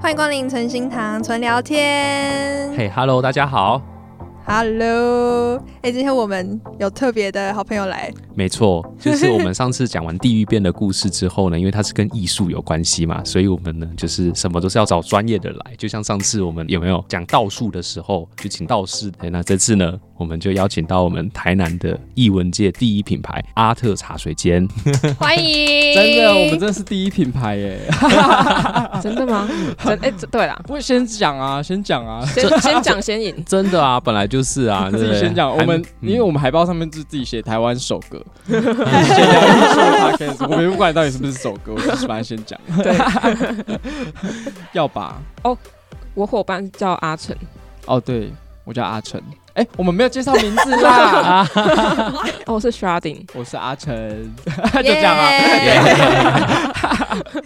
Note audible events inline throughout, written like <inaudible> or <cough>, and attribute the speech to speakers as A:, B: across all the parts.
A: 欢迎光临存心堂纯聊天。
B: 嘿、h e l l o 大家好。
A: Hello，哎、今天我们有特别的好朋友来，
B: 没
C: <laughs>
B: 错，就是我们上次讲完地狱变的故事之后呢，因为它是跟艺术有关系嘛，所以我们呢就是什么都是要找专业的来。就像上次我们有没有讲道术的时候，就请道士。哎那这次呢，我们就邀请到我们台南的艺文界第一品牌阿特茶水间。 <laughs>
A: 欢迎。
C: 真的，我们 <laughs> 真的是第一品牌耶！
D: <laughs> 真的吗？真哎、这对啦，
C: <laughs> 不过先讲啊，先讲 <laughs> 啊，
D: 先先讲先赢，
B: 真的啊，本来就是啊，
C: <laughs> 自
B: 对不对
C: 己先讲。
B: 还
C: 我们
B: 嗯
C: 因为我们海报上面是自己写台湾首 <laughs> 歌，写台湾首 podcast，我们不管到底是不是首歌，我就是把它先讲。 <laughs> 对，要吧？
D: 我伙伴叫阿成，
C: 哦，对，我叫阿成。哎，我们没有介绍名字 <laughs> 啦，
D: 哦，我是 Sharding，
C: 我是阿成，就这样啊。 <laughs>
A: 耶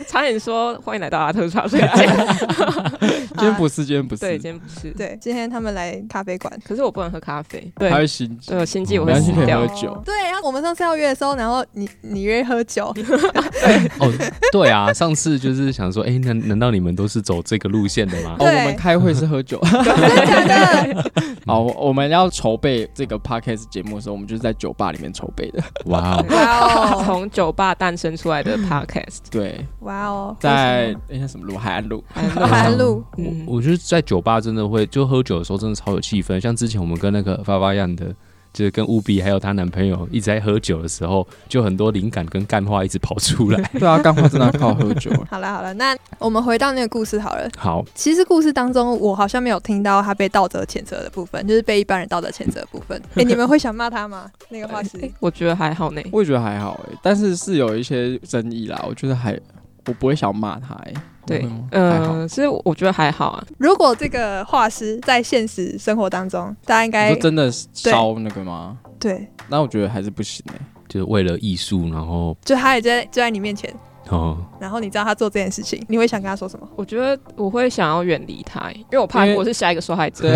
D: 差点说欢迎来到阿特茶水间。
C: 今天不是，今天不
D: 对，
C: 是，
D: 今天不是，
A: 对，今天他们来咖啡馆。
D: 可是我不能喝咖啡，对
C: 还，有心机
D: 对，我心悸我会
B: 没关
D: 死
B: 系可以
D: 掉
C: 喝。酒
A: 哦对，然后我们上次要约的时候，然后你你约喝酒， <laughs>
B: 哦，对啊，上次就是想说，哎、难难道你们都是走这个路线的吗
C: 哦，？我
A: 对
C: 们开会是喝 <laughs> 酒。
A: 真的假
C: <laughs>
A: 的？
C: 好，我我们要筹备这个 podcast 节目的时候，我们就是在酒吧里面筹备的。
B: 哇、哦，
A: 哇哦，
D: 从酒吧诞生出来的 podcast，
C: 对，
A: 哇哦，
C: 在那叫什么路？海岸路。
A: 老韩路，
D: 嗯
B: 我我觉得在酒吧真的会，就喝酒的时候真的超有气氛。像之前我们跟那个发发样的，就是跟乌比还有她男朋友一直在喝酒的时候，就很多灵感跟干话一直跑出 <laughs> 来。
C: <laughs> 对啊，干活真的要靠喝酒。
A: 好了好了，那我们回到那个故事好了。
B: 好，
A: 其实故事当中，我好像没有听到他被道德谴责的部分，就是被一般人道德谴责的部
C: <laughs>
A: 分。哎、你们会想骂他吗？那个话是
D: 诶我觉得还好呢。
C: 我也觉得还好哎、但是是有一些争议啦。我觉得还，我不会想骂他哎、
D: 对
C: 会吗，还好。
D: 呃，其实我觉得还好啊。
A: 如果这个画师在现实生活当中，大家应
C: 你
A: 该
C: 说真的烧那个吗？
A: 对，
C: 那我觉得还是不行哎、
B: 就是为了艺术，然后
A: 就他也就在就在你面前，
B: 哦，
A: 然后你知道他做这件事情，你会想跟他说什么？
D: 我觉得我会想要远离他、因为我怕
C: 因为
D: 我是下一个受害者。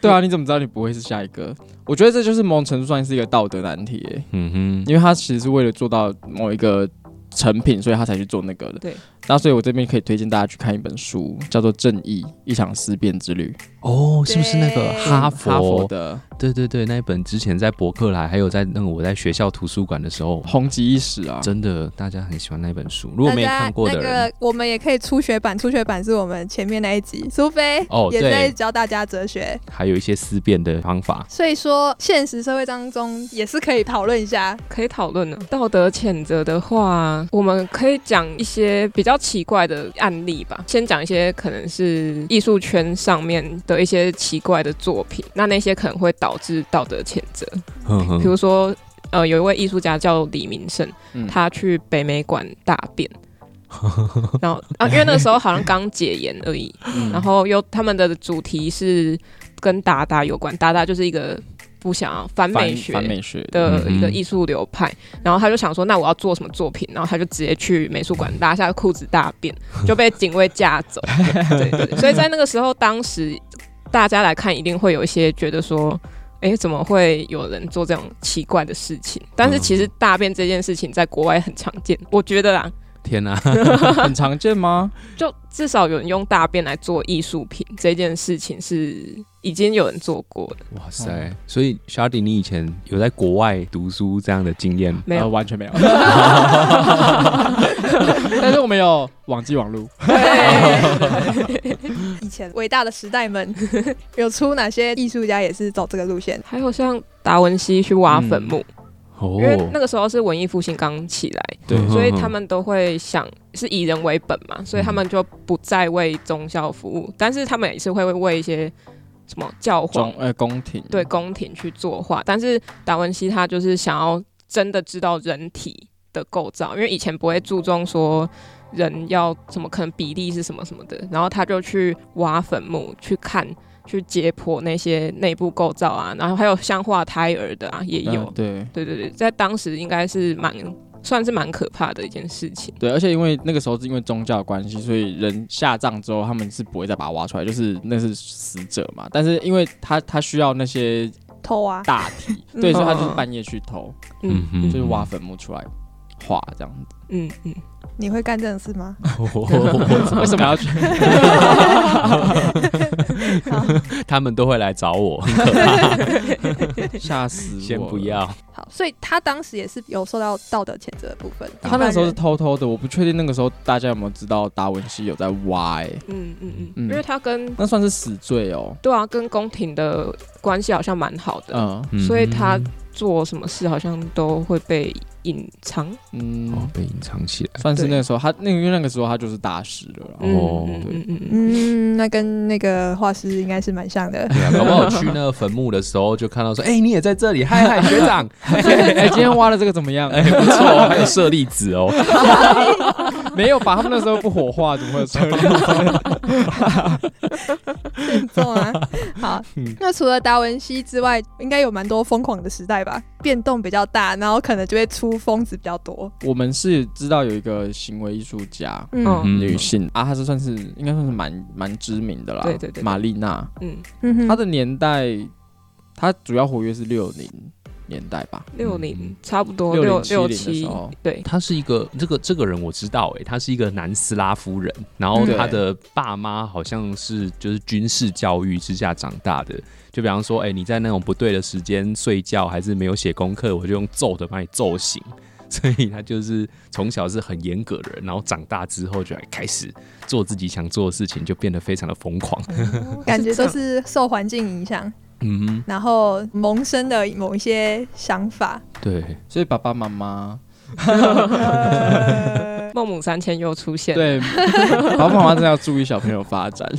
C: 对啊，你怎么知道你不会是下一个？我觉得这就是某种程度算是一个道德难题哎、
B: 嗯哼，
C: 因为他其实是为了做到某一个成品，所以他才去做那个的。
D: 对，
C: 那所以我这边可以推荐大家去看一本书，叫做《正义：一场思辨之旅
B: 哦，是不是那个
A: 对》，
B: 哈佛？
C: 嗯哈佛的
B: 对对对，那一本之前在博客来，还有在那个我在学校图书馆的时候。
C: 红极一时啊。
B: 真的，大家很喜欢那本书。如果没看过的
A: 大
B: 人，
A: 家那个我们也可以初学版，初学版是我们前面那一集，苏菲
B: 哦
A: 也
B: 对
A: 在教大家哲学，
B: 还有一些思辨的方法。
A: 所以说现实社会当中也是可以讨论一
B: <laughs>
A: 下。
D: 可以讨论呢。道德谴责的话，我们可以讲一些比较奇怪的案例吧。先讲一些可能是艺术圈上面的一些奇怪的作品，那那些可能会导致道德谴责。
B: 哼哼
D: 比如说，呃，有一位艺术家叫李明胜，
C: 嗯
D: 他去北美馆大便。然后啊，因为那个时候好像刚解严而已，
C: 嗯
D: 然后又他们的主题是跟达达有关，达达就是一个不想要反
C: 反
D: 美学、
C: 反美学
B: 嗯
D: 的
B: 哼
D: 一个艺术流派，然后他就想说，那我要做什么作品？然后他就直接去美术馆拉下裤子大
B: <laughs>
D: 便，就被警卫架走。对对对，所以在那个时候，当时大家来看，一定会有一些觉得说。诶，怎么会有人做这种奇怪的事情？但
B: 嗯
D: 是其实大便这件事情在国外很常见，我觉得啦，
B: <laughs> 天哪、
C: 很常见吗？
D: 就至少有人用大便来做艺术品这件事情是已经有人做过的，
B: 哇塞！所以 s h a d i 你以前有在国外读书这样的经验？
D: 没
C: 呃
D: 有？
C: 完 <laughs> 全没有。 <laughs> 但是我们有网际网路，
A: 以前伟大的时代们 <laughs> 有出哪些艺术家也是走这个路线？
D: <laughs> 还有像达文西去挖坟墓，
B: 哦
D: 因为那个时候是文艺复兴刚起来，
C: 对
B: 嗯哼嗯
D: 所以他们都会想是以人为本嘛，所以他们就不再为宗教服务，但是他们也是会为一些什么教皇
C: 中呃宫廷
D: 对宫廷去作画，但是达文西他就是想要真的知道人体的构造，因为以前不会注重说人要什么可能比例是什么什么的，然后他就去挖坟墓去看。去解剖那些内部构造啊，然后还有像画胎儿的啊，也
C: 嗯
D: 有。
C: 对
D: 对对对，在当时应该是蛮算是蛮可怕的一件事情。
C: 对，而且因为那个时候是因为宗教的关系，所以人下葬之后他们是不会再把它挖出来，就是那是死者嘛。但是因为他他需要那些
A: 偷啊，
C: 大 <laughs> 体，
A: 嗯
C: 对，所以他就是半夜去偷，
D: 嗯
B: 嗯
C: 就是挖坟墓出来画这样子。
D: 嗯嗯，
A: 你会干这种事吗？
C: <laughs>
B: 哦
C: 为 <laughs> 什么要去？
B: 他们都会来找我，
C: 吓死我！
B: 先不。要。
A: 好，所以他当时也是有受到道德谴责的部分。
C: 他那时候是
A: 一般人
C: 偷偷的，我不确定那个时候大家有没有知道达文西有在挖、欸，
D: 嗯嗯嗯，
C: 嗯
D: 因为他跟
C: 那算是死罪哦。
D: 对啊，跟宫廷的关系好像蛮好的，
C: 嗯
D: 所以他做什么事好像都会被隐藏。
C: 嗯，
B: 哦被隐藏起来，
C: 算是
D: 对
C: 那个时候他那个因为那个时候他就是大师了
D: <laughs>
C: 啦。
B: 哦
D: 嗯嗯嗯嗯
A: 嗯，那跟那个画师应该是蛮像
C: <laughs>
A: 的。
B: 对啊，搞不好去那个坟墓的时候就看到说，哎，你也在这里，嗨嗨，学 <laughs> 长，
C: 哎，今天挖的这个怎么样？
B: 哎，不错哦，还有舍利子哦，
C: <laughs> 没有吧？他们那时候不火化，怎么会有车辆？
A: 很重啊。好，
C: 嗯
A: 那除了达文西之外，应该有蛮多疯狂的时代吧？变动比较大，然后可能就会出疯子比较多。
C: 我们是知道有一个行为艺术家，
A: 嗯
D: 哦
B: 嗯
C: 女性啊，她是算是应该算是蛮蛮知名的啦。
D: 对对对对
C: 玛丽娜，
D: 嗯，
A: 嗯哼
C: 她的年代，她主要活跃是六零年代吧，
D: 六零差不多
C: 六
D: 六
C: 零
D: 六
C: 七零的时候，
D: 对，
B: 他是一个这个这个人我知道哎、他是一个南斯拉夫人，然后
C: 嗯
B: 他的爸妈好像是就是军事教育之下长大的，就比方说哎、你在那种不对的时间睡觉还是没有写功课，我就用揍的把你揍醒， <laughs> 所以他就是从小是很严格的人，然后长大之后就开始做自己想做的事情，就变得非常的疯狂，
A: 感觉都是受环境影响，
B: 嗯，
A: 然后萌生的某一些想法。
B: 对，
C: <laughs> 所以爸爸妈妈
A: 呃
D: 孟母三迁又出现。，
C: <laughs> 对爸爸妈妈真的要注意小朋友发展，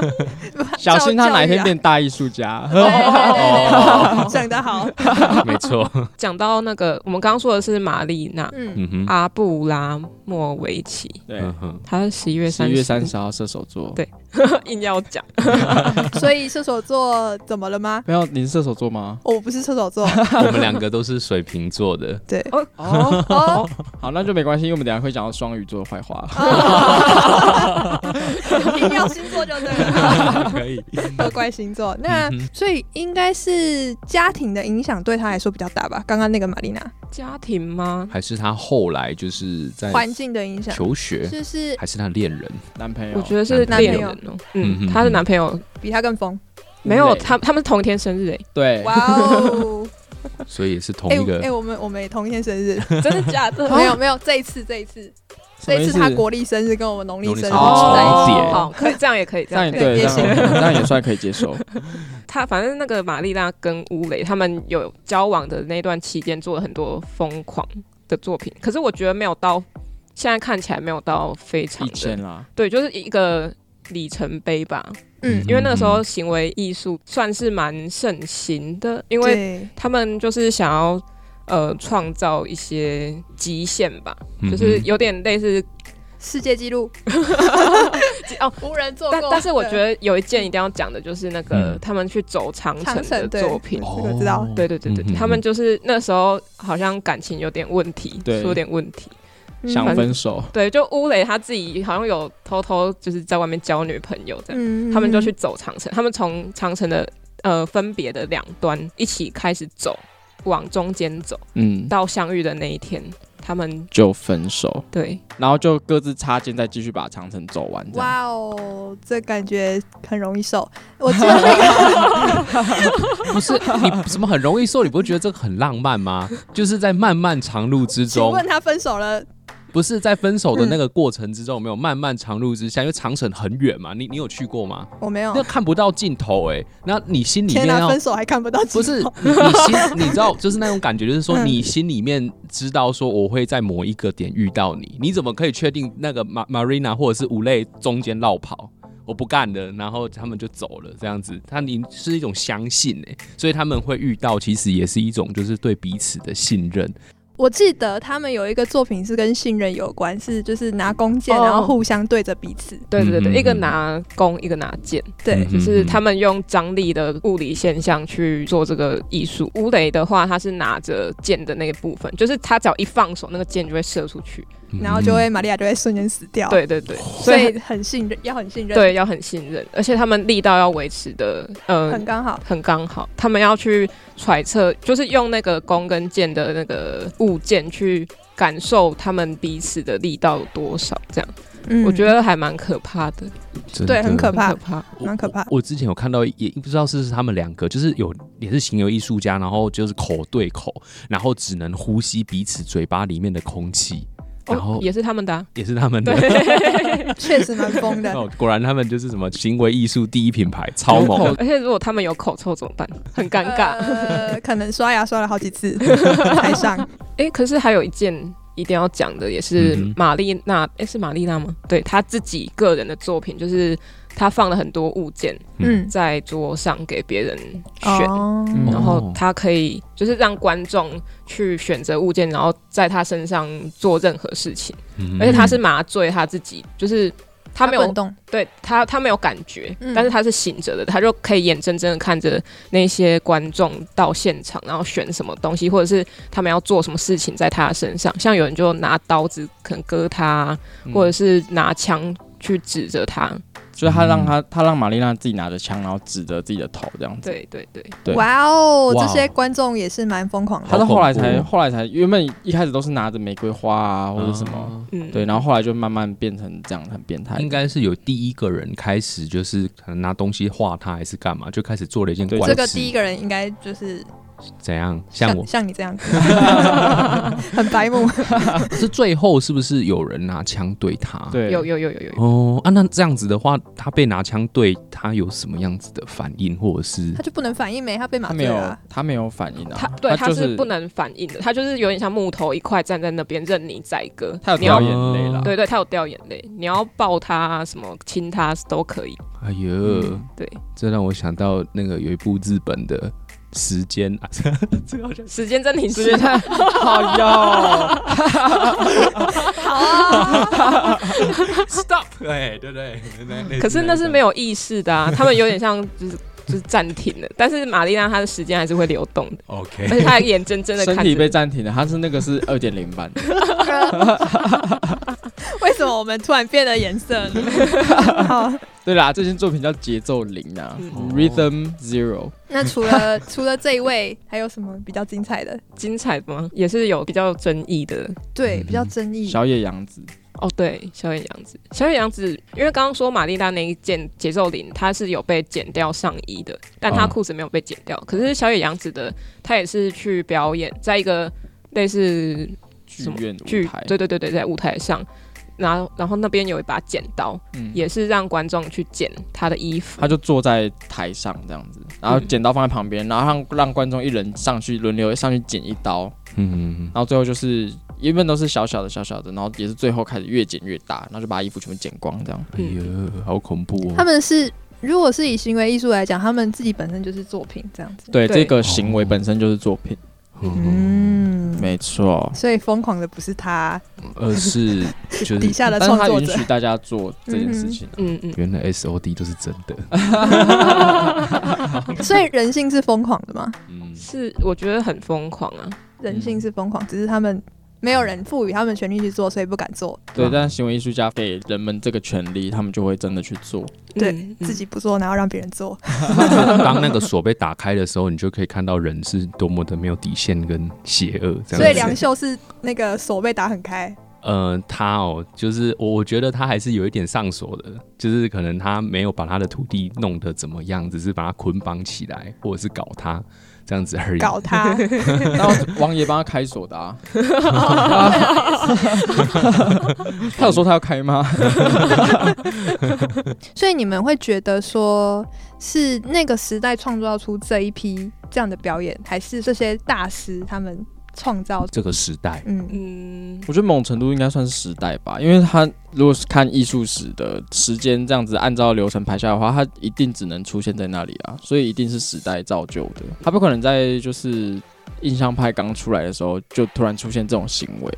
C: <laughs> 小心他哪一
A: <laughs>
C: 天变哦大艺术家。
A: 对
C: <laughs>
A: 对对对，讲得好。
B: 没错，
D: 讲到那个，我们刚刚说的是玛丽娜、
A: 嗯，
B: 嗯哼，
D: 阿布拉莫维奇，
C: 对，
B: 嗯哼，
D: 他是十一月
C: 十
D: 三
C: 一月三十号射手座，
D: 对 <laughs> 硬要讲，
A: 所以射手座怎么了吗？
C: 没有你是射手座吗？
A: 哦我不是射手座，
B: 我们两个都是水瓶座
C: <laughs>
B: 的，
A: 对，
C: 哦，
A: 哦，
C: 好，那就没关系，因为我们等一下会讲到双鱼座的坏话。
A: <laughs> 嗯
D: <laughs>
A: 一定啊要星座就对了。
B: 可以，
A: 都怪星座。那、
B: 嗯哼
A: 所以应该是家庭的影响对他来说比较大吧？刚刚那个玛丽娜，
D: 家庭吗？
B: 还是他后来就是在
A: 环境的影响，
B: 求学。
A: 嗯就是
B: 还是他
A: <laughs>
B: 恋人，
C: 男朋友，
D: 我觉得是
B: 男朋
D: 恋
A: 友
D: 人哦，
B: 嗯
D: 嗯，
B: 哼
D: 她的男朋友
A: 比他更疯。
D: 没有，他他们是同一天生日哎，
C: 对，
A: 哇
D: <laughs>
A: 哦！
B: 所以也是同
A: 哎
B: 一
A: 我
B: 个
A: 哎，我们我们也同一天生日，
D: 真的假的
A: <laughs> 没有没有，这一次这一次
C: 什
A: 这
C: 么
A: 一
C: 意
A: 次
C: 思
A: 他国历生日跟我们农历生日
B: 农历生日
A: 在一
B: 哦
A: 起。
B: 点
D: 好，可以这样也可以，这
C: 这样
D: 样
C: 也 <laughs>
D: 可以。
C: 对，
A: 也
C: 这
A: 行
C: 样这样也算可以接受。
D: 他反正那个玛丽娜跟乌雷他们有交往的那段期间，做了很多疯狂的作品，可是我觉得没有到现在看起来没有到非常
C: 一
D: 的
C: 千，啦，
D: 对，就是一个里程碑吧。
A: 嗯，
D: 因为那个时候行为艺术算是蛮盛行的，因为
A: 对，
D: 他们就是想要呃创造一些极限吧，
B: 嗯
D: 就是有点类似
A: 世界纪录
D: <laughs> 哦，
A: 无人做
D: 但
A: 过。
D: 但是我觉
A: 对
D: 得有一件一定要讲的就是那个、
B: 嗯
D: 他们去走长
A: 嗯长
D: 城
A: 城
D: 的
A: 对
D: 作品。
A: 这个知道
D: 对对对对，
B: 嗯嗯嗯
D: 他们就是那时候好像感情有点问题，
C: 对
D: 出有点问题。
A: 嗯
C: 想分手，
D: 对，就乌雷他自己好像有偷偷就是在外面交女朋友这样，
A: 嗯
D: 他们就去走长城，他们从长城的呃分别的两端一起开始走，往中间走
C: 嗯，
D: 到相遇的那一天，他们
C: 就分手，
D: 对
C: 然后就各自擦肩，再继续把长城走完。这样，
A: 哇哦，这感觉很容易瘦。我记得那个
B: 不是你怎么很容易说？你不会觉得这个很浪
A: <laughs>
B: 漫吗？就是在漫漫长路之
A: 请
B: 中，
A: 问他分手了，
B: 不是在分手的那个过程之中，有没有漫漫长路之下？因为长城很远嘛，你你有去过吗？
A: 我没有
B: 那。看不到尽头哎，那你心里面
A: 嗯天哪，
B: 要
A: 分手还看不到
B: 不
A: 尽头， <laughs>
B: 是你你心，你知道，就是那种感觉，就是说
A: 嗯
B: 你心里面知道说我会在某一个点遇到你，你怎么可以确定那个马 Marina 或者是五类中间绕跑？我不干了，然后他们就走了，这样子，他你是一种相信哎、所以他们会遇到，其实也是一种就是对彼此的信任。
A: 我记得他们有一个作品是跟信任有关，是就是拿弓箭，
D: 哦
A: 然后互相对着彼此。
D: 对对
B: 嗯
D: 对，
B: 嗯
D: 对
B: 嗯
D: 一个拿弓，一个拿剑。
A: 对
B: 嗯，
D: 就是他们用张力的物理现象去做这个艺术。吴磊的话，他是拿着剑的那个部分，就是他只要一放手，那个箭就会射出去。
A: 然后就
B: 嗯
A: 会玛利亚就会瞬间死掉。，
D: 对对对，
A: 所
D: 所以
A: 以很信任，要很信任，，
D: 对要很信任，而且他们力道要维持的，呃，
A: 很刚好。
D: 很刚好。他们要去揣测，就是用那个弓跟箭的那个物件去感受他们彼此的力道有多少，这样、
A: 嗯
D: 我觉得还蛮可怕的，
B: 真
A: 对
B: 的
A: 很可
D: 很
A: 怕
D: 可怕。
B: 我
A: 蛮可怕
B: 我。我之前有看到，也不知道是不是他们两个，就是有也是行为艺术家，然后就是口对口，然后只能呼吸彼此嘴巴里面的空气，然后
D: 哦，也是他们的、啊， <laughs>
B: 也是他们的。
A: 确实蛮疯
B: <laughs>
A: 的。
B: 哦，果然他们就是什么行为艺术第一品牌，超猛的。
D: 而且如果他们有口臭怎么办？很尴尬。
A: 呃，可能刷牙刷了好几次才上。
D: 哎、可是还有一件一定要讲的，也是
B: 嗯哼
D: 玛丽娜，哎、是玛丽娜吗？对她自己个人的作品，就是她放了很多物件
A: 嗯，
D: 在桌上给别人选。
A: 哦，
C: 嗯
D: 然后她可以就是让观众去选择物件，然后在她身上做任何事情，
B: 嗯
D: 而且她是麻醉她自己，就是她没
A: 不能
D: 有
A: 动，
D: 对她她没有感觉，
A: 嗯
D: 但是她是醒着的，她就可以眼睁睁的看着那些观众到现场，然后选什么东西，或者是他们要做什么事情在她身上，像有人就拿刀子可能割她，
C: 嗯
D: 或者是拿枪去指着她，
C: 就是他让他他让玛丽娜自己拿着枪，然后指着自己的头这样子。
D: 对对对，
C: 对
A: 哇哦，
B: 哇
A: 这
B: 哦
A: 些观众也是蛮疯狂
C: 他
A: 的。
C: 到后来
B: 好恐
C: 才
B: 怖哦
C: 后来才原本一开始都是拿着玫瑰花啊或者什么，
B: 啊
D: 嗯，
C: 对，然后后来就慢慢变成这样很变态，
B: 应该是有第一个人开始，就是可能拿东西画他，还是干嘛，就开始做了一件
C: 对
B: 怪
A: 这
B: 事。
A: 个第一个人应该就是
B: 怎样？像
A: 像
B: 我
A: 像你这
C: <laughs>
A: 样， <laughs> 很白目。
B: 是最后是不是有人拿枪对他？。
C: 对，
D: 有有有有有有，
B: 哦啊，那这样子的话，他被拿枪对他有什么样子的反应，或者是
A: 他就不能反应没，他被麻
C: 他
A: 醉
C: 没
A: 了
C: 有
A: 啊。 <laughs>
C: 他没有反应啊，
D: 他对他
C: 就是
D: 不能反应的，他就是有点像木头一块站在那边任你宰割，
C: 他有
D: 你要
C: 掉眼泪啦，
D: 对对，他有掉眼泪，你要抱他啊什么亲他都可以，
B: 哎呦、
C: 嗯
D: 对，
B: 这让我想到那个有一部日本的时间啊，
D: 时间暂停
C: 直
D: 时
C: 接看，
B: 哎
C: 好
D: <laughs>
C: 哟，
D: stop。
B: <laughs> 对对 <laughs> 哎
C: <laughs>
B: 对，
D: 可是那是没
B: 有
D: 有意识的啊，他们有点像就是就是暂停了，但是玛丽娜她的时间还是会流动的，
B: OK
D: 而且她还眼睁睁的
C: 身
D: 看
C: 体被
D: 着。
C: 暂停了，他是那个是二点零版的，
A: 为什么我们突然变了颜色
C: <laughs>
A: 呢？好，
C: 对啦，这件作品叫节奏零啊
D: 嗯
C: ，Rhythm Zero，
A: 那除了除了这一位，还有什么比较精彩的？
D: 精彩吗？也是有比较争议的
A: 对，
B: 嗯
A: 比较争议。
C: 小野洋子，
D: 哦。对，小野洋子，小野洋子，因为刚刚说玛丽娜那一件节奏领，她是有被剪掉上衣的，但她
C: 啊
B: 嗯
D: 裤子没有被剪掉。可是小野洋子的，她也是去表演，在一个类似
C: 剧
D: 什么
C: 院舞
D: 剧
C: 台，，
D: 对对对对，在舞台上，然后然后那边有一把剪刀，
C: 嗯
D: 也是让观众去剪她的衣服。
C: 他就坐在台上这样子，然后剪刀放在旁边，然后让让观众一人上去轮流上去剪一刀，
B: 嗯，
C: 然后最后就是原本都是小小的小小的，然后也是最后开始越剪越大，然后就把衣服全部剪光这样。
B: 哎呦，好恐怖
A: 嗯他
B: 哦！
A: 们是如果是以行为艺术来讲，他们自己本身就是作品这样子。
C: 对，
D: 对
C: 这个行为本身就是作品，
A: 嗯，
C: 没错。
A: 所以疯狂的不是他，
B: 而呃是
A: <laughs>
B: 就是
A: 底下的
C: 但是
A: 创
C: 他
A: 作
C: 允
A: 者
C: 许大家做这件事情啊、
D: 嗯嗯，
B: 原来 SOD 都是真的，
A: 所以人性是疯狂的嘛？
B: 嗯，
D: 是我觉得很疯狂啊。
A: 人性是疯狂，只是他们没有人赋予他们权利去做，所以不敢做。
C: 对，但行为艺术家给人们这个权利，他们就会真的去做。 <laughs>
A: 对、
D: 嗯
A: 自己不做，然后让别人做。
B: 嗯当那个锁被打开的时候，你就可以看到人是多么的没有底线跟邪恶，这样子。
A: 所以梁秀是那个手被打很开，
B: 呃，他哦，就是我我觉得他还是有一点上锁的，就是可能他没有把他的徒弟弄得怎么样，只是把他捆绑起来，或者是搞他这样子而已。
A: 搞他。
C: 然后王爷帮他开锁 <laughs> 的啊，他有说他要开吗？
A: 所以你们会觉得说是那个时代创造出这一批这样的表演，还是这些大师他们创造？
B: 这个时代，
A: 嗯，
D: 嗯
C: 我觉得某种程度应该算是时代吧，因为他如果是看艺术史的时间这样子按照流程排下来的话，它一定只能出现在那里啊，所以一定是时代造就的，他不可能在就是印象派刚出来的时候就突然出现这种行为，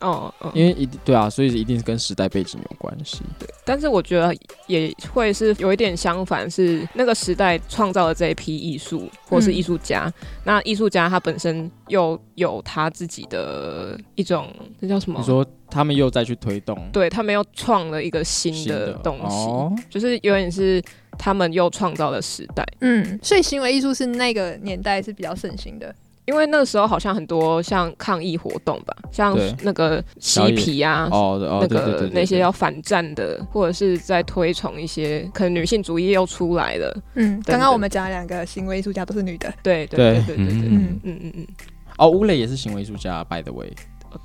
D: 哦哦，
C: 因为一定对啊，所以一定是跟时代背景有关系。
D: 但是我觉得也会是有一点相反，是那个时代创造了这一批艺术或是艺术家，
A: 嗯
D: 那艺术家他本身又有他自己的一种那叫什么
C: 你？说他们又再去推动
D: 对他们又创了一个新
C: 新
D: 的东西，
C: 哦，
D: 就是有点是他们又创造了时代。
A: 嗯，所以行为艺术是那个年代是比较盛行的。
D: 因为那个时候好像很多像抗议活动吧，像
C: 对
D: 那个嬉
C: 小野
D: 皮啊，
C: 哦对哦，
D: 那
C: 对对
D: 个
C: 对对
D: 那些
C: 对
D: 要反战的，或者是在推崇一些可能女性主义又出来了，
A: 嗯，刚刚
D: 对
A: 我们讲的两个行为艺术家都是女的，
D: 对
C: 对
D: 对对对对，嗯
B: 嗯
A: 嗯，
D: 嗯嗯嗯，
C: 哦，吴磊也是行为艺术家，by
D: <laughs>
C: the way，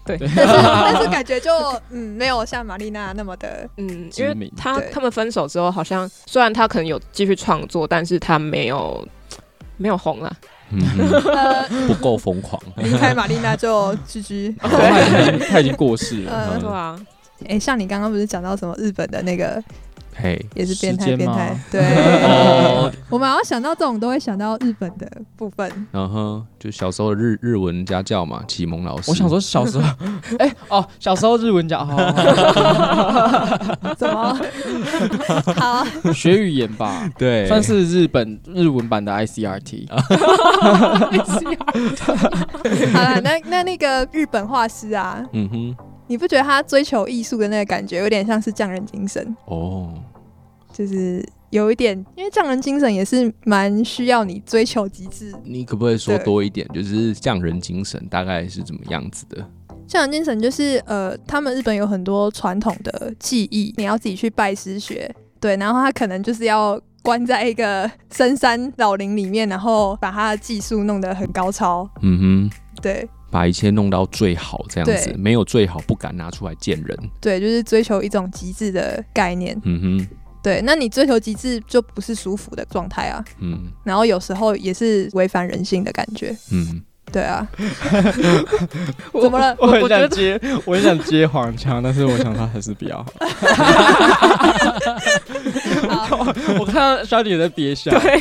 D: 对，
A: 嗯但是但是感觉就嗯没有像玛丽娜那么的，
D: 嗯，
C: 知
D: 因为
C: 名
D: 他
A: 对
D: 他们分手之后，好像虽然他可能有继续创作，但是他没有没有红啊了，
B: 嗯嗯
A: 呃，
B: 不够疯狂。
A: 离开玛丽娜就 <laughs> GG。
C: 他已经他已经过世了，
A: 呃
D: 对啊，
A: 哎，像你刚刚不是讲到什么日本的那个
B: 嘿，
A: 也是变
C: 时
A: 态
C: 间
A: 变
C: 吗
A: 态，对，
C: <laughs>
B: 哦，
A: 我们好像想到这种都会想到日本的部分，
B: 然后就小时候的日日文家教嘛，启蒙老师。
C: 我想说小时候， <laughs> 哎、哦，小时候日文讲，好好
A: 怎
C: <laughs>
A: 么？好，
C: 好 <laughs> 学语言吧，
B: 对，
C: 算是日本日文版的 <laughs> ICRT，、
A: 好了，那那那个日本画师啊，
B: 嗯哼，
A: 你不觉得他追求艺术的那个感觉有点像是匠人精神？
B: 哦，
A: 就是有一点，因为匠人精神也是蛮需要你追求极致。
B: 你可不可以说
A: 对
B: 多一点？就是匠人精神大概是怎么样子的？
A: 匠人精神就是呃，他们日本有很多传统的技艺，你要自己去拜师学。对，然后他可能就是要关在一个深山老林里面，然后把他的技术弄得很高超。
B: 嗯哼，
A: 对
B: 把一切弄到最好这样子
A: 对，
B: 没有最好不敢拿出来见人。
A: 对，就是追求一种极致的概念。
B: 嗯
A: 对，那你追求极致就不是舒服的状态啊，
B: 哼，嗯
A: 然后有时候也是违反人性的感觉。
B: 嗯，
A: 对啊，
D: 我
A: 怎么了
D: 我我觉得
C: 接，我很想接黄腔，但是我想他还是比较 <laughs> 好。
D: <laughs>
C: 我看到小姐在憋笑，
D: 对，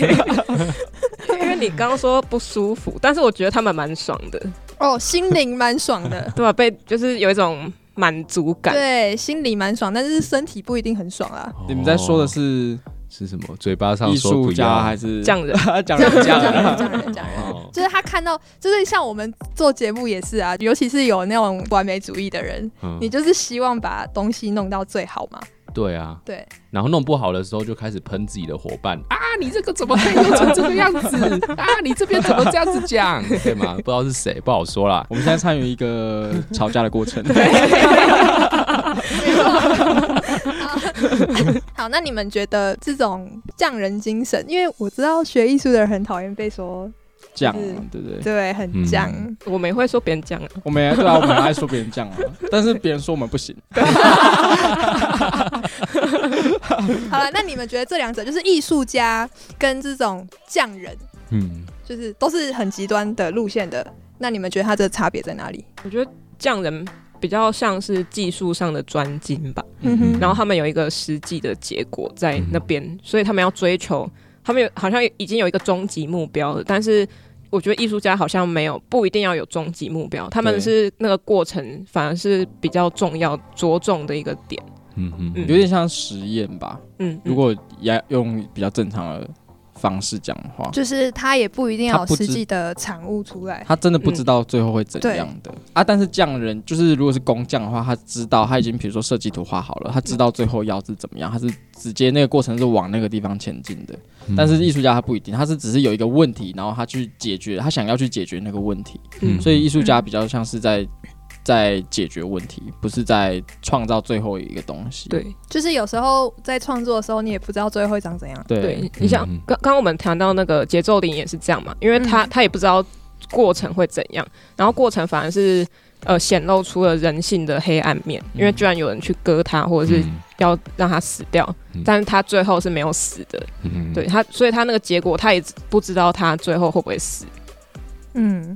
D: <laughs> 因为你刚刚说不舒服，但是我觉得他们蛮爽的，，
A: 哦，心灵蛮爽的
D: 对吧？啊被就是有一种满足 <laughs> 感，
A: 对，心里蛮爽，但是身体不一定很爽啊。
C: 你们在说的
B: 哦
C: 是
B: 是什么？嘴巴上
C: 艺
B: 说
C: 术
B: 不
C: 家
B: 要
C: 还是
D: 匠
B: 啊
D: <laughs> 人
C: 讲
A: 这样
C: 讲
A: 这样这样这样
B: 哦
A: 就是他看到，就是像我们做节目也是啊，尤其是有那种完美主义的人，
B: 嗯
A: 你就是希望把东西弄到最好嘛。
B: 对啊，
A: 对， <laughs>
B: 然后弄不好的时候就开始喷自己的伙伴啊，你这个怎么可以弄成这个样子
D: <laughs>
B: 啊？你这边怎么这样子讲？对吗？不知道是谁，不好说啦。
C: 我们现在参与一个吵架的过 <laughs> 程，
A: 好，那你们觉得这种匠人精神，因为我知道学艺术的人很讨厌被说
C: 讲
A: 是
C: 对不对？
A: 对很匠，
B: 嗯
D: 我们也会说别人匠人，
C: 我们也对啊，我们很爱说别人讲啊，但是别人说我们不行。
A: 好了，那你们觉得这两者就是艺术家跟这种匠人，
B: 嗯，
A: 就是都是很极端的路线的，那你们觉得它的差别在哪里？
D: 我觉得匠人比较像是技术上的专精吧。
A: 嗯哼 <laughs>
D: 然后他们有一个实际的结果在那边，所以他们要追求，他们有好像已经有一个终极目标了，但是。我觉得艺术家好像没有不一定要有终极目标，他们
C: 对
D: 是那个过程反而是比较重要着重的一个点。
B: 嗯嗯嗯
C: 有点像实验吧。
D: 嗯，
C: 如果也用比较正常的方式讲的话，
A: 就是他也不一定要
C: 他
A: 有
C: 不知
A: 实际的产物出来。
C: 他真的不知道最后会怎样的、啊。但是匠人就是如果是工匠的话，他知道他已经比如说设计图画好了，他知道最后要是怎么样，他是直接那个过程是往那个地方前进的。
B: 嗯
C: 但是艺术家他不一定，他是只是有一个问题，然后他去解决，他想要去解决那个问题。
D: 嗯
C: 所以艺术家比较像是在。在解决问题，不是在创造最后一个东西。
D: 对
A: 就是有时候在创作的时候，你也不知道最后会长怎样。
C: 对
D: 对，你想
B: 嗯
D: 刚刚我们谈到那个节奏铃也是这样嘛，因为他
A: 嗯
D: 他也不知道过程会怎样，然后过程反而是呃显露出了人性的黑暗面，因为居然有人去割他，或者是
B: 嗯
D: 要让他死掉
B: 嗯，
D: 但是他最后是没有死的。
B: 嗯
D: 对他，所以他那个结果他也不知道他最后会不会死。
A: 嗯，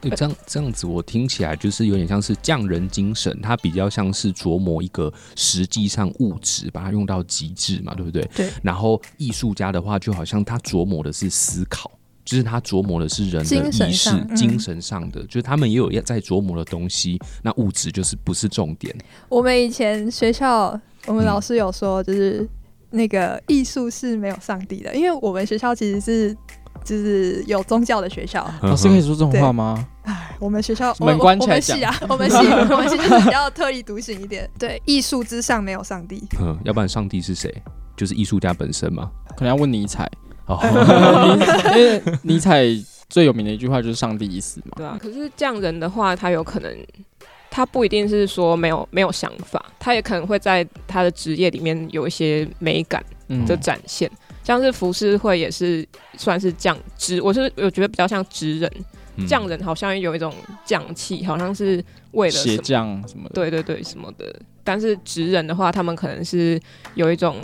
B: 对，这样这样子，我听起来就是有点像是匠人精神，它比较像是琢磨一个实际上物质，把它用到极致嘛，对不对？
A: 对。
B: 然后艺术家的话，就好像他琢磨的是思考。就是他琢磨的是人的
A: 精神
B: 意识
A: 上、嗯
B: 精神上的，就是他们也有要在琢磨的东西。那物质就是不是重点，
A: 我们以前学校，我们
B: 嗯
A: 老师有说，就是那个艺术是没有上帝的，因为我们学校其实是就是有宗教的学校。
C: 老师可以
B: 嗯
C: 说哦这种话吗？
A: 唉，我们学校我
C: 门
A: 我
C: 关
A: 我
C: 起来
A: 们系啊，我们系 <laughs> 我们系就是比较特立独行一点。对，艺术之上没有上帝。
B: 哼 <laughs> 嗯，要不然上帝是谁？就是艺术家本身嘛。
C: 可能要问尼采。
B: 哦，
C: 因为尼采最有名的一句话就是“上帝已死”嘛。
D: 对啊。可是匠人的话，他有可能，他不一定是说没有没有想法，他也可能会在他的职业里面有一些美感
C: 嗯
D: 的展现，像是浮世绘也是算是匠职，我是我觉得比较像职人，
B: 嗯
D: 匠人好像有一种匠气，好像是为了什
C: 鞋
D: 么，
C: 匠什么的。
D: 对对对什么的。但是职人的话，他们可能是有一种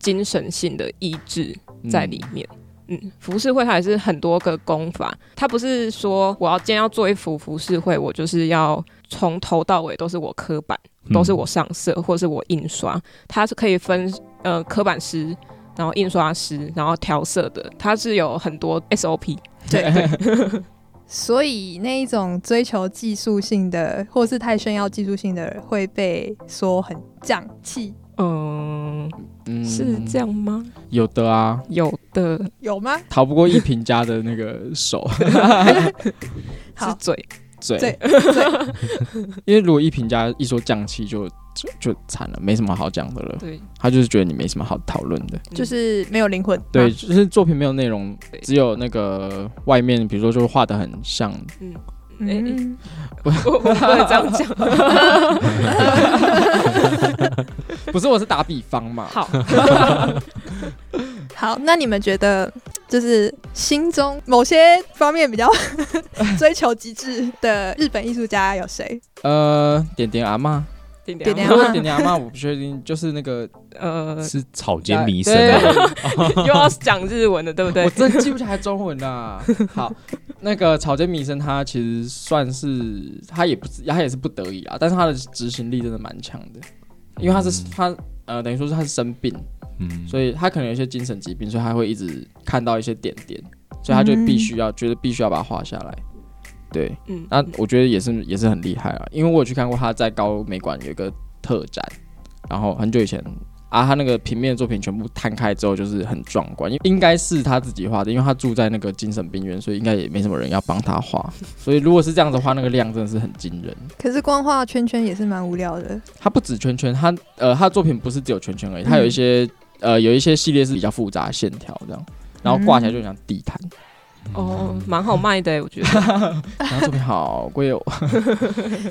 D: 精神性的意志，
C: 嗯
D: 在里面。嗯，服饰会它也是很多个功法，它不是说我要今天要做一幅服饰会，我就是要从头到尾都是我刻板，都
C: 嗯
D: 是我
B: 嗯
D: 上色或是我印刷，它是可以分呃刻板师，然后印刷师，然后调色的，它是有很多 SOP。
A: 所以那一种追求技术性的，或是太炫耀技术性的，会被说很匠气，
D: 嗯，
C: 嗯
D: 是这，样吗？
C: 有的啊，
D: 有的
A: 有吗？
C: 逃不过一平家的那个
D: <laughs>
C: 手
D: 是
A: 好，
D: 嘴，
C: 嘴，
A: 对
C: <laughs> 因为如果一平家一说匠气就就就惨了，没什么好讲的了。
D: 对，
C: 他就是觉得你没什么好讨论的，
A: 嗯就是没有灵魂。
C: 对，就是作品没有内容
D: 啊对，
C: 只有那个外面，比如说就画的很像，
D: 嗯，嗯，
A: 嗯，
D: <laughs> 我我不能这样讲，
C: 不是我是打比方嘛，
D: <laughs> 好，
A: 好，那你们觉得就是心中某些方面比较 <laughs> 追求极致的日本艺术家有谁？
C: 呃，点点阿妈，
D: 点
A: 点点
D: 点啊
A: 阿
C: 如
A: 嬷
C: 果点点阿妈我不确定，就是那个
D: 呃，
B: 是草间弥生啊
C: 对
B: 吗？
D: 又要讲日文的，对不对
C: 我？真记不起来中文啦。好，那个草间弥生他其实算是他也不是他也是不得已啊，但是他的执行力真的蛮强的，因为他是、
B: 嗯
C: 他呃等于说是他是生病，
B: 嗯，
C: 所以他可能有一些精神疾病，所以他会一直看到一些点点，所以他就
A: 嗯
C: 必须要、觉得必须要把它画下来。对，
D: 嗯，
C: 那我觉得也是也是很厉害啊，因为我有去看过他在高美馆有一个特展，然后很久以前啊，他那个平面作品全部摊开之后就是很壮观，因为应该是他自己画的，因为他住在那个精神病院，所以应该也没什么人要帮他画， <laughs> 所以如果是这样子画，那个量真的是很惊人。
A: 可是光画圈圈也是蛮无聊的。
C: 他不止圈圈，他呃他的作品不是只有圈圈而已，他有一些、呃有一些系列是比较复杂的线条这样，然后挂起来就很像地毯，
D: 哦，蛮好卖的，我觉得。
C: 然后作品好贵哦，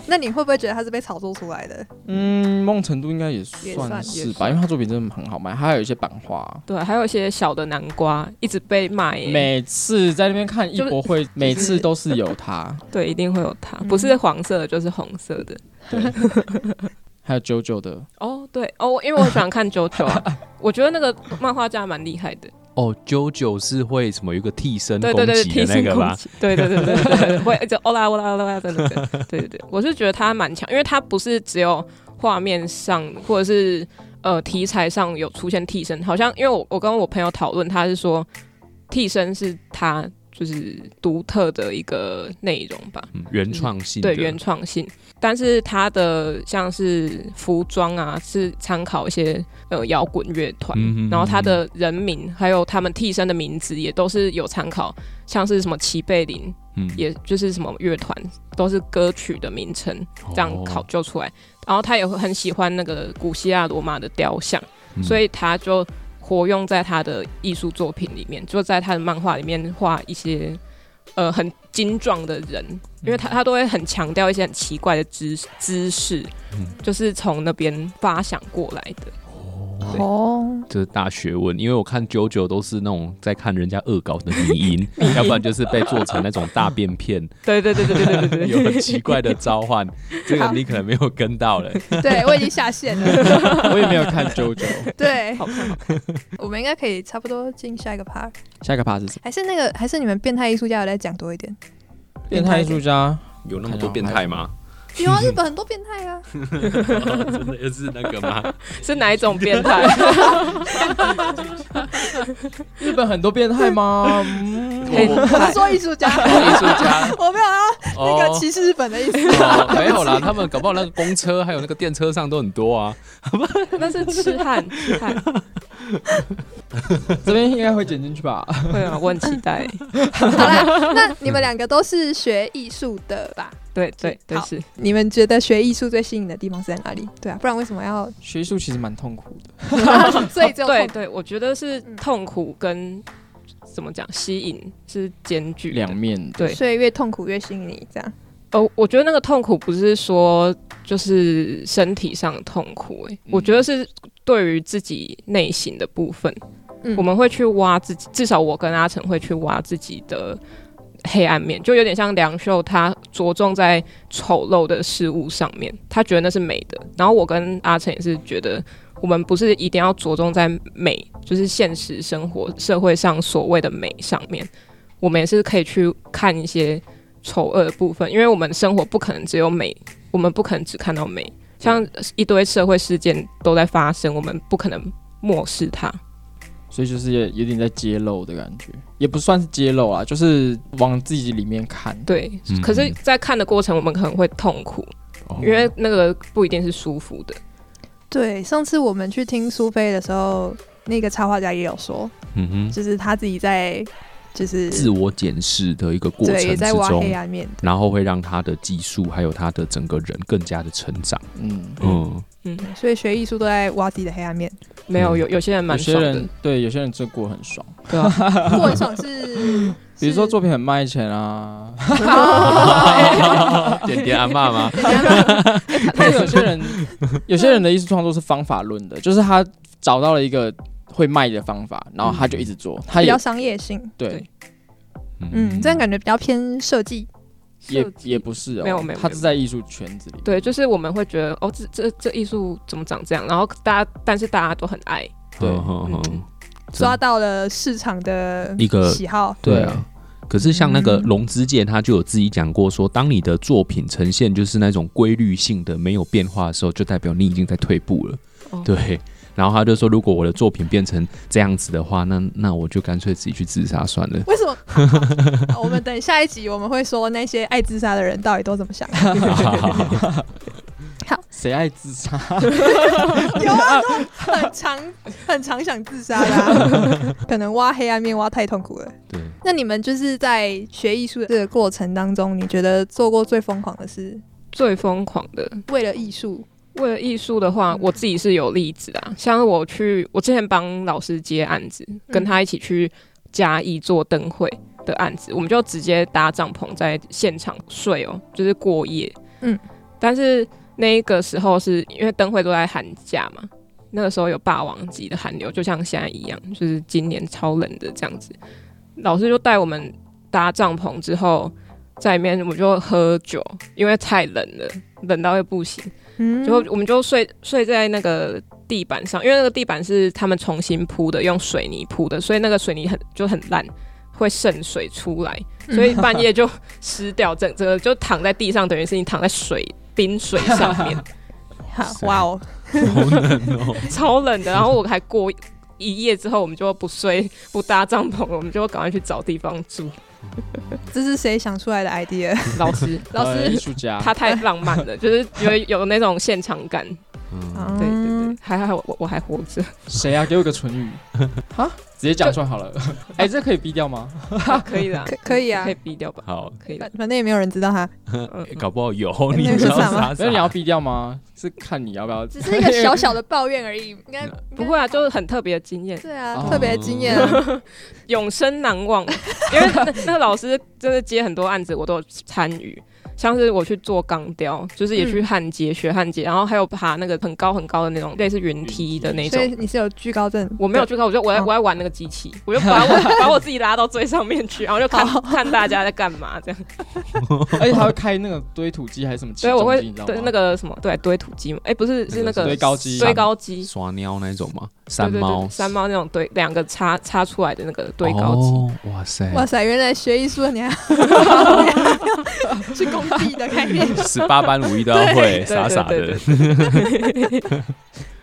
A: 那你会不会觉得他是被炒作出来的？
C: 嗯，梦程度应该也
A: 也算
C: 算是
D: 也
C: 吧，
D: 算
C: 因为他作品真的很好卖，他还有一些版画、
D: 对，啊还有一些小的南瓜一直被卖欸耶，
C: 每次在那边看艺博会，每次都是有他，
D: 对，一定会有它，
A: 嗯
D: 不是黄色的就是红色的。
C: 还有九九的，
D: 哦，对，哦，因为我很喜欢看 JoJo，啊
B: <laughs>
D: 我觉得那个漫画家蛮厉害的，
B: 哦，JoJo 是会什么有一个替身
D: 对
B: 攻
D: 对对，
B: 击
D: 提
B: 的那
D: 升
B: 个
D: 攻
B: 吧？
D: 击，对对对对对对，会就欧啦欧哦啦欧啦的那个，对对对，我是觉得他蛮强，因为他不是只有画面上或者是呃题材上有出现替身，好像因为我我跟我朋友讨论，他是说替身是他就是独特的一个内容吧，
B: 嗯，原创性的
D: 对原创性，但是它的像是服装啊，是参考一些呃摇滚乐团，
B: 嗯哼
D: 然后它的人名还有他们替身的名字也都是有参考，像是什么齐贝林，
B: 嗯
D: 也就是什么乐团，都是歌曲的名称这
B: 哦
D: 样考究出来。然后他也很喜欢那个古希腊罗马的雕像，
B: 嗯
D: 所以他就活用在他的艺术作品里面，就在他的漫画里面画一些呃很精壮的人，因为他他都会很强调一些很奇怪的姿姿势，
B: 嗯
D: 就是从那边发想过来的。对
A: 哦，
B: 这是大学问，因为我看九九都是那种在看人家恶搞的迷
D: <laughs>
B: 音，要不然就是被做成那种大便片，
D: 对对对对对对对对，
B: <laughs> 有很奇怪的召唤，这个
A: 好
B: 你可能没有跟到嘞。
A: 对我已经下线
B: <laughs>
A: 了。
C: 我也没有看九九。
A: 对，
D: 好看好看。
A: 我们应该可以差不多进下一个 part。
C: <laughs> 下一个趴是什么？
A: 还是那个，还是你们变态艺术家有再讲多一点？
C: 变态艺术家，
B: 有那
C: 么多变态吗？
A: 有啊，日本很多变态 <laughs> 啊，
B: 哦真的又是那个
D: <laughs>
B: 吗？
D: 是哪一种变 <laughs> 态？
C: 日本很多变态吗？嗯
D: 可以
B: 哦
A: 我是说艺术家，
B: <laughs> 艺术家
A: <laughs> 我没有啊，那个歧视日本的意思。
B: 哦，没有啦，他们搞不好那个公车还有那个电车上都很多啊。
D: 那是痴 <laughs> 汉，痴汉。
C: <laughs> 这边应该会剪进去吧？
D: 会啊，我很期待。
A: <laughs> 好啦，那你们两个都是学艺术的吧？
D: 对 <laughs> 对对
A: 好
D: 是。
A: 你们觉得学艺术最吸引的地方是在哪里？对啊，不然为什么要？
C: 学艺术其实蛮痛苦的，
A: 哦所以只有痛
D: 对嗯对，我觉得是痛苦跟怎么讲吸引，是兼具的
C: 两面的
D: 对
A: 所以越痛苦越吸引你，这样。
D: 哦，我觉得那个痛苦不是说就是身体上的痛苦、欸，我觉得是对于自己内心的部分，
A: 嗯
D: 我们会去挖自己，至少我跟阿成会去挖自己的黑暗面，就有点像梁秀他着重在丑陋的事物上面，他觉得那是美的，然后我跟阿成也是觉得。我们不是一定要着重在美，就是现实生活社会上所谓的美上面，我们也是可以去看一些丑恶的部分，因为我们生活不可能只有美，我们不可能只看到美，像一堆社会事件都在发生，我们不可能漠视它。
C: 所以就是也有点在揭露的感觉，也不算是揭露啊，就是往自己里面看。
D: 对，
B: 嗯
D: 可是，在看的过程，我们可能会痛苦，
B: 哦
D: 因为那个不一定是舒服的。
A: 对，上次我们去听苏菲的时候，那个插画家也有说，
B: 嗯哼，
A: 就是他自己在，就是
B: 自我检视的一个过程
A: 对，也
B: 之
A: 在挖黑
B: 中，
A: 暗面。
B: 然后会让他的技术还有他的整个人更加的成长。
C: 嗯，
B: 嗯，
D: 嗯，
A: 所以学艺术都在挖自己的黑暗
B: <laughs>
A: 面。
D: 没有
B: 嗯
D: 有有些人
C: 有
D: 蛮
C: 些
D: 爽的
C: 人，对有些人这过很爽，
A: 不过很
B: <laughs>
A: 爽是，
C: 比如说作品很卖钱啊，
A: <laughs>
B: 嗯点点阿妈吗？
C: 但有些人，有些人的艺术创作是方法论的，就是他找到了一个会卖的方法，然后他就一直做，他
A: 比
C: 也
A: 较商业性。
C: 对
D: 嗯对，
A: 嗯，这样感觉比较偏设计。
C: 也也不是哦，
D: 没有没有
C: 他是在艺术圈子里，
D: 对，就是我们会觉得哦，这这这艺术怎么长这样？然后大家，但是大家都很爱，
C: 对
B: 嗯哼哼
D: 嗯
A: 抓到了市场的
B: 一个
A: 喜好，
B: 对啊。可是像那个龙之介，他就有自己讲过说，当你的作品呈现就是那种规律性的没有变化的时候，就代表你已经在退步了。
D: 哦
B: 对。然后他就说，如果我的作品变成这样子的话，那那我就干脆自己去自杀
A: <laughs>
B: 算了。 <laughs>
A: 为什么？好我们等下一集我们会说那些爱自杀的人到底都怎么 <laughs> 想。
C: 谁爱自杀？
A: 有啊，都很常很常想自杀的啊、 <laughs> 可能挖黑暗面挖太痛苦了。
B: 对，
A: 那你们就是在学艺术的这个过程当中，你觉得做过最疯狂的事，
D: 最疯狂的
A: 为了艺术，
D: 为了艺术的话，我自己是有例子啊，像我去，我之前帮老师接案子，跟他一起去嘉义做灯会的案子，我们就直接搭帐篷在现场睡哦，就是过夜。
A: 嗯，
D: 但是那个时候是因为灯会都在寒假嘛，那个时候有霸王级的寒流，就像现在一样，就是今年超冷的这样子。老师就带我们搭帐篷之后，在里面我们就喝酒，因为太冷了，冷到又不行。
A: 嗯
D: 就我们就睡睡在那个地板上，因为那个地板是他们重新铺的，用水泥铺的，所以那个水泥很就很烂，会渗水出来，
A: 嗯
D: 所以半夜就湿掉，整整个就躺在地上，等于是你躺在水冰水上
A: <laughs>
D: 面，
A: 好哇哦，
B: 好冷哦。
D: 超冷的。然后我还过一夜之后，我们就不睡不搭帐篷，我们就赶快去找地方住。
A: 这是谁想出来的 idea？
D: 老
A: <laughs>
D: 师，老
C: 呃艺
D: 师。
C: 术
A: 哎
C: 家，
D: 他太浪漫了，就是觉得有那种现场感。
B: 嗯，
A: <laughs> 对
D: 对对对，，还好我我还活
A: <laughs>
D: 着，
C: 谁啊？给我一个
D: <laughs>
C: 唇语，哈，直接讲出来好了。哎，这可以逼掉吗？
D: 可以啦，
A: 可可以啊
D: 可以毙掉吧？
B: 好，
D: 可以啦
A: 反。反正也没有人知道他，
D: 呃嗯
B: 欸搞不好有你
A: 那个
B: 知
A: 是
B: 道
A: 什么
B: 啥
D: <laughs>
C: 没有你要逼掉吗？是看你要不要。
A: 只是一个小小的抱怨而已，应
D: <laughs>
A: 该
D: 不会。啊，就是很特别的经 <laughs> 验，
A: 对啊
C: 哦，
A: 特别惊艳，
D: 永生难忘。 <laughs> 因为那那个老师真的接很多案子，我都有参与，像是我去做钢雕，就是也去焊接、学焊接，然后还有爬那个很高很高的那种类似云梯的那
A: 所以
D: 种。
A: 你是有惧高症？
D: 我没有去看，我就我要
A: 哦
D: 我要玩那个机器，我就把 <laughs> 我把我自己拉到最上面去，然后就看看大家在干嘛 <laughs> 这样。
C: 而且他会开那个堆土机还是什么起
D: 所以我
C: 重
D: 会
C: 机？你知道
D: 对
C: 吗
D: 那？个什么对堆土机嘛，哎不是是那
B: <laughs>
D: 个
C: 堆高机
D: 堆高机，
B: 耍喵那种吗？
D: 对
B: 山
D: 对对
B: 猫
D: 对，山猫那种堆两个插插出来的那个堆高 <laughs> 机。
B: 哦哇
C: 哎
B: 塞，
A: 哇塞，原来学艺术的你
C: <laughs>
A: 还去工地的概念。
B: 十八般武艺都要会，
D: 对
B: 傻傻
D: 对对
B: 的。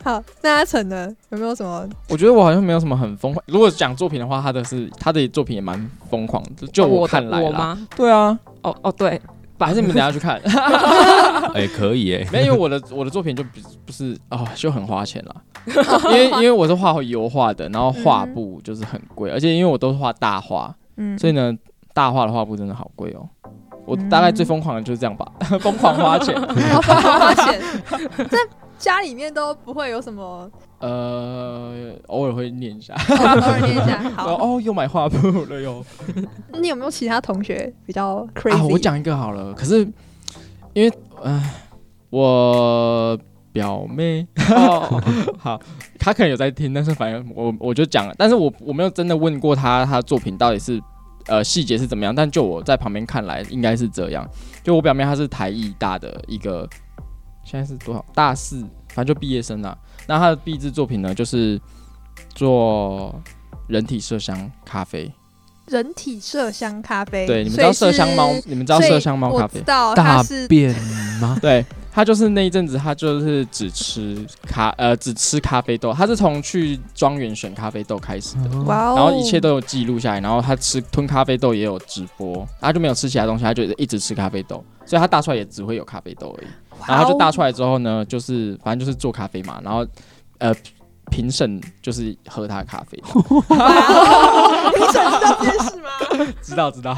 A: 好，那阿成呢？有没有什么？
C: 我觉得我好像没有什么很疯狂。如果讲作品的话，他的是他的作品也蛮疯狂的，就
D: 哦
C: 我
D: 我的
C: 看来
D: 我
C: 啦。
D: 吗？
C: 对啊，
D: 哦哦对，吧
C: 还是你们等一下去看。
B: 哎，可以哎，
C: 没有，因为我的我的作品就不不是啊、就很花钱啦。 <laughs> 因为因为我是画油画的，然后画布就是很贵，而且因为我都是画大画，
A: 嗯，
C: 所以呢，大画的画布真的好贵哦。我大概最疯狂的就是这样吧， <laughs> 疯狂花钱。
A: 然后花钱，在家里面都不会有什么
C: 呃，偶尔会念一下。
A: 偶尔念一下。
C: <laughs>
A: 好，
C: 哦，又买画布了哟。
A: 你有没有其他同学比较 crazy？、
C: 啊，我讲一个好了。可是因为，唉，我表妹，
D: 哦，
C: <laughs> 好，她可能有在听，但是反正我我就讲了，但是我我没有真的问过她，她作品到底是呃细节是怎么样，但就我在旁边看来，应该是这样。就我表妹她是台艺大的一个，现在是多少大四，反正就毕业生啦。那她的毕制作品呢，就是做人体麝香咖啡。
A: 人体麝香咖啡。
C: 对，你们知
A: 所以
C: 道麝香猫
A: 是，
C: 你们知道
A: 所以
C: 麝香猫咖
A: 我
C: 啡
A: 知？道它
B: 大
A: 是
B: 便
D: <laughs>
B: 吗？
C: <laughs> 对他就是那一阵子，他就是只吃咖呃只吃咖啡豆，他是从去庄园选咖啡豆开始的，
A: 哇哦，
C: 然后一切都有记录下来，然后他吃吞咖啡豆也有直播，他就没有吃其他东西，他就一直吃咖啡豆，所以他大出来也只会有咖啡豆而已。
A: 哇哦，
C: 然后他就大出来之后呢，就是反正就是做咖啡嘛，然后呃评审就是喝他的咖啡，
A: 哇哦，你想知道这件事吗？
C: <laughs> 知道知道，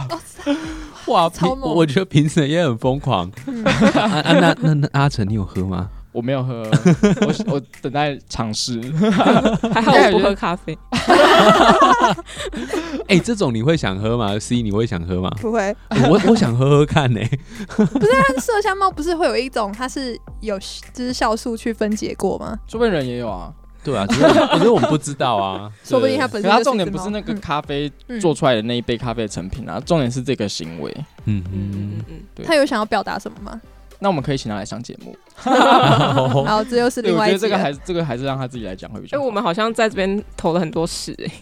B: 哇，
A: 超
B: 评
A: 猛
B: 我觉得评审也很疯狂。
D: 嗯
B: 啊 <laughs> 啊，那那那阿成，你有喝吗？
C: 我没有喝，我我等待尝试。 <laughs>
D: 还好我不喝咖啡，
B: 哎、这种你会想喝吗？C，你会想喝吗？哎
A: 不会，
B: 我我想喝喝看哎呢、
A: 但麝香猫不是会有一种，它是有就是酵素去分解过吗？
C: 周边人也有啊，
B: 对啊，只是可是我 <laughs> 们不知道
D: <laughs>
B: 啊。
A: 说不定它
C: 可
A: 本
C: 是
A: 身
C: 它
A: 就是
C: 重点
A: 一只
C: 不是
A: 猫
C: 那个
A: 嗯
C: 咖啡
A: 嗯
C: 做出来的那一杯咖啡的成品啊，重点是这个行为。
B: 嗯
D: 嗯
B: 嗯
D: 嗯，嗯
C: 对
A: 它有想要表达什么吗？
C: 那我们可以请他来上节目。
A: 然后这又是
C: 哦对，
A: 另
C: 我
A: 外
C: 觉
A: 一
C: 得
A: 集
C: 这个
A: 了
C: 还是这个还是让他自己来讲会比
D: 哎，
C: 较好。
D: 我们好像在这边投了很多事，哎，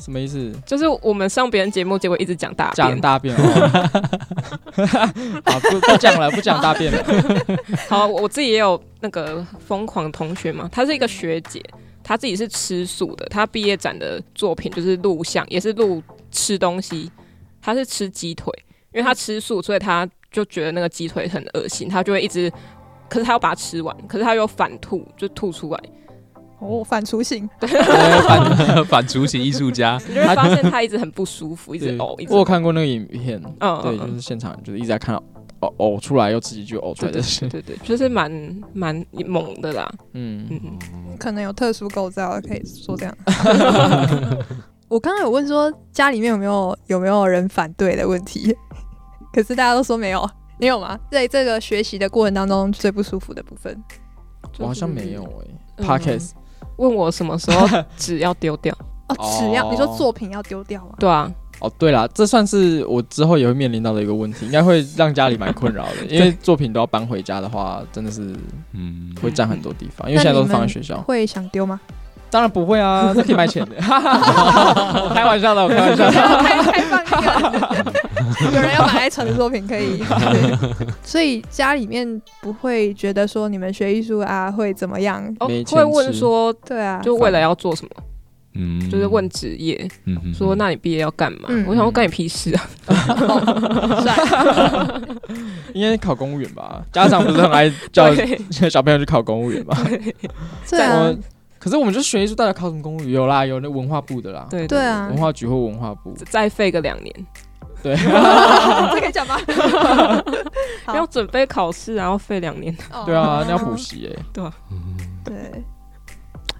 C: 什么意思？
D: 就是我们上别人节目，结果一直讲大
C: 讲
D: 便。
C: 大便哦。好，不不讲了，不讲大便了。
D: <laughs> 好，我我自己也有那个疯狂同学嘛，她是一个学姐，她自己是吃素的，她毕业展的作品就是录像，也是录吃东西，她是吃鸡腿，因为她吃素，所以她就觉得那个鸡腿很恶心，她就会一直，可是她要把它吃完，可是她又反吐，就吐出来，
A: 哦，反雏形，
C: 对
B: <laughs>
C: 反
B: 反雏形艺术
D: <laughs>
B: 家，
D: 你就会发现她一直很不舒服， <laughs> 一直
C: 对
D: 呕，一直
C: 我有看过那个影片，
D: 嗯
C: 对，
D: 嗯
C: 就
D: 嗯
C: 是现场就是一直在看到哦呕呕出来又自己就呕出
D: 对对
C: 来的
D: 嗯对
C: 事。
D: 对对，就是蛮蛮猛的啦，
C: 嗯，
D: 嗯嗯，
A: 可能有特殊构造，可以说这
C: <laughs>
A: 样。 <laughs> 我刚刚有问说家里面有没有有没有人反对的问题，可是大家都说没有。你有吗？在这个学习的过程当中，最不舒服的部分，
D: 就是
C: 我好像没有哎。
D: 嗯
C: Podcast
D: 问我什么时
C: <laughs>
D: 候纸要丢掉，
A: 哦，只要、
C: 哦
A: 你说作品要丢掉吗？
D: 对啊，
C: 哦，对啦，这算是我之后也会面临到的一个问题，应该会让家里蛮困扰的，因为作品都要搬回家的话，真的是
B: 嗯，
C: 会占很多地方，因为现在都是放在学校。
A: 会想丢吗？
C: 当然不会 <laughs> 啊，这可以卖钱的。我开玩笑的，我开玩笑的。
A: 开开放一 <laughs> 个，有人要买来存的作品可 <laughs> 以。对所以家里面不会觉得说你们学艺术啊会怎么样？
D: 哦
C: 没，钱
D: 会问
C: 吃
D: 说，
A: 对啊，
D: 就为了要做什么，
B: 嗯
D: 就是问，职业，
B: 嗯嗯
D: 说那你毕业要干嘛
A: 嗯？
D: 我想说干你屁事啊！
C: 应该考公务员吧？家长不是很 <laughs> 爱叫
D: 对
C: 小朋友去考公务员吗？
A: 对啊
C: 我，可是我们就学艺术，大家考什么公务员？有啦，有那文化部的啦，
D: 对
A: 对，啊
C: 文，化局或文化部。
D: 对再废个两年， <laughs>
A: <laughs>
C: 对，
A: 这可以讲吗？ <laughs> 好
D: 要准备考试，然后废两年。
C: <laughs> 对
A: 哦
C: 啊，那要补。习哎。
A: 对，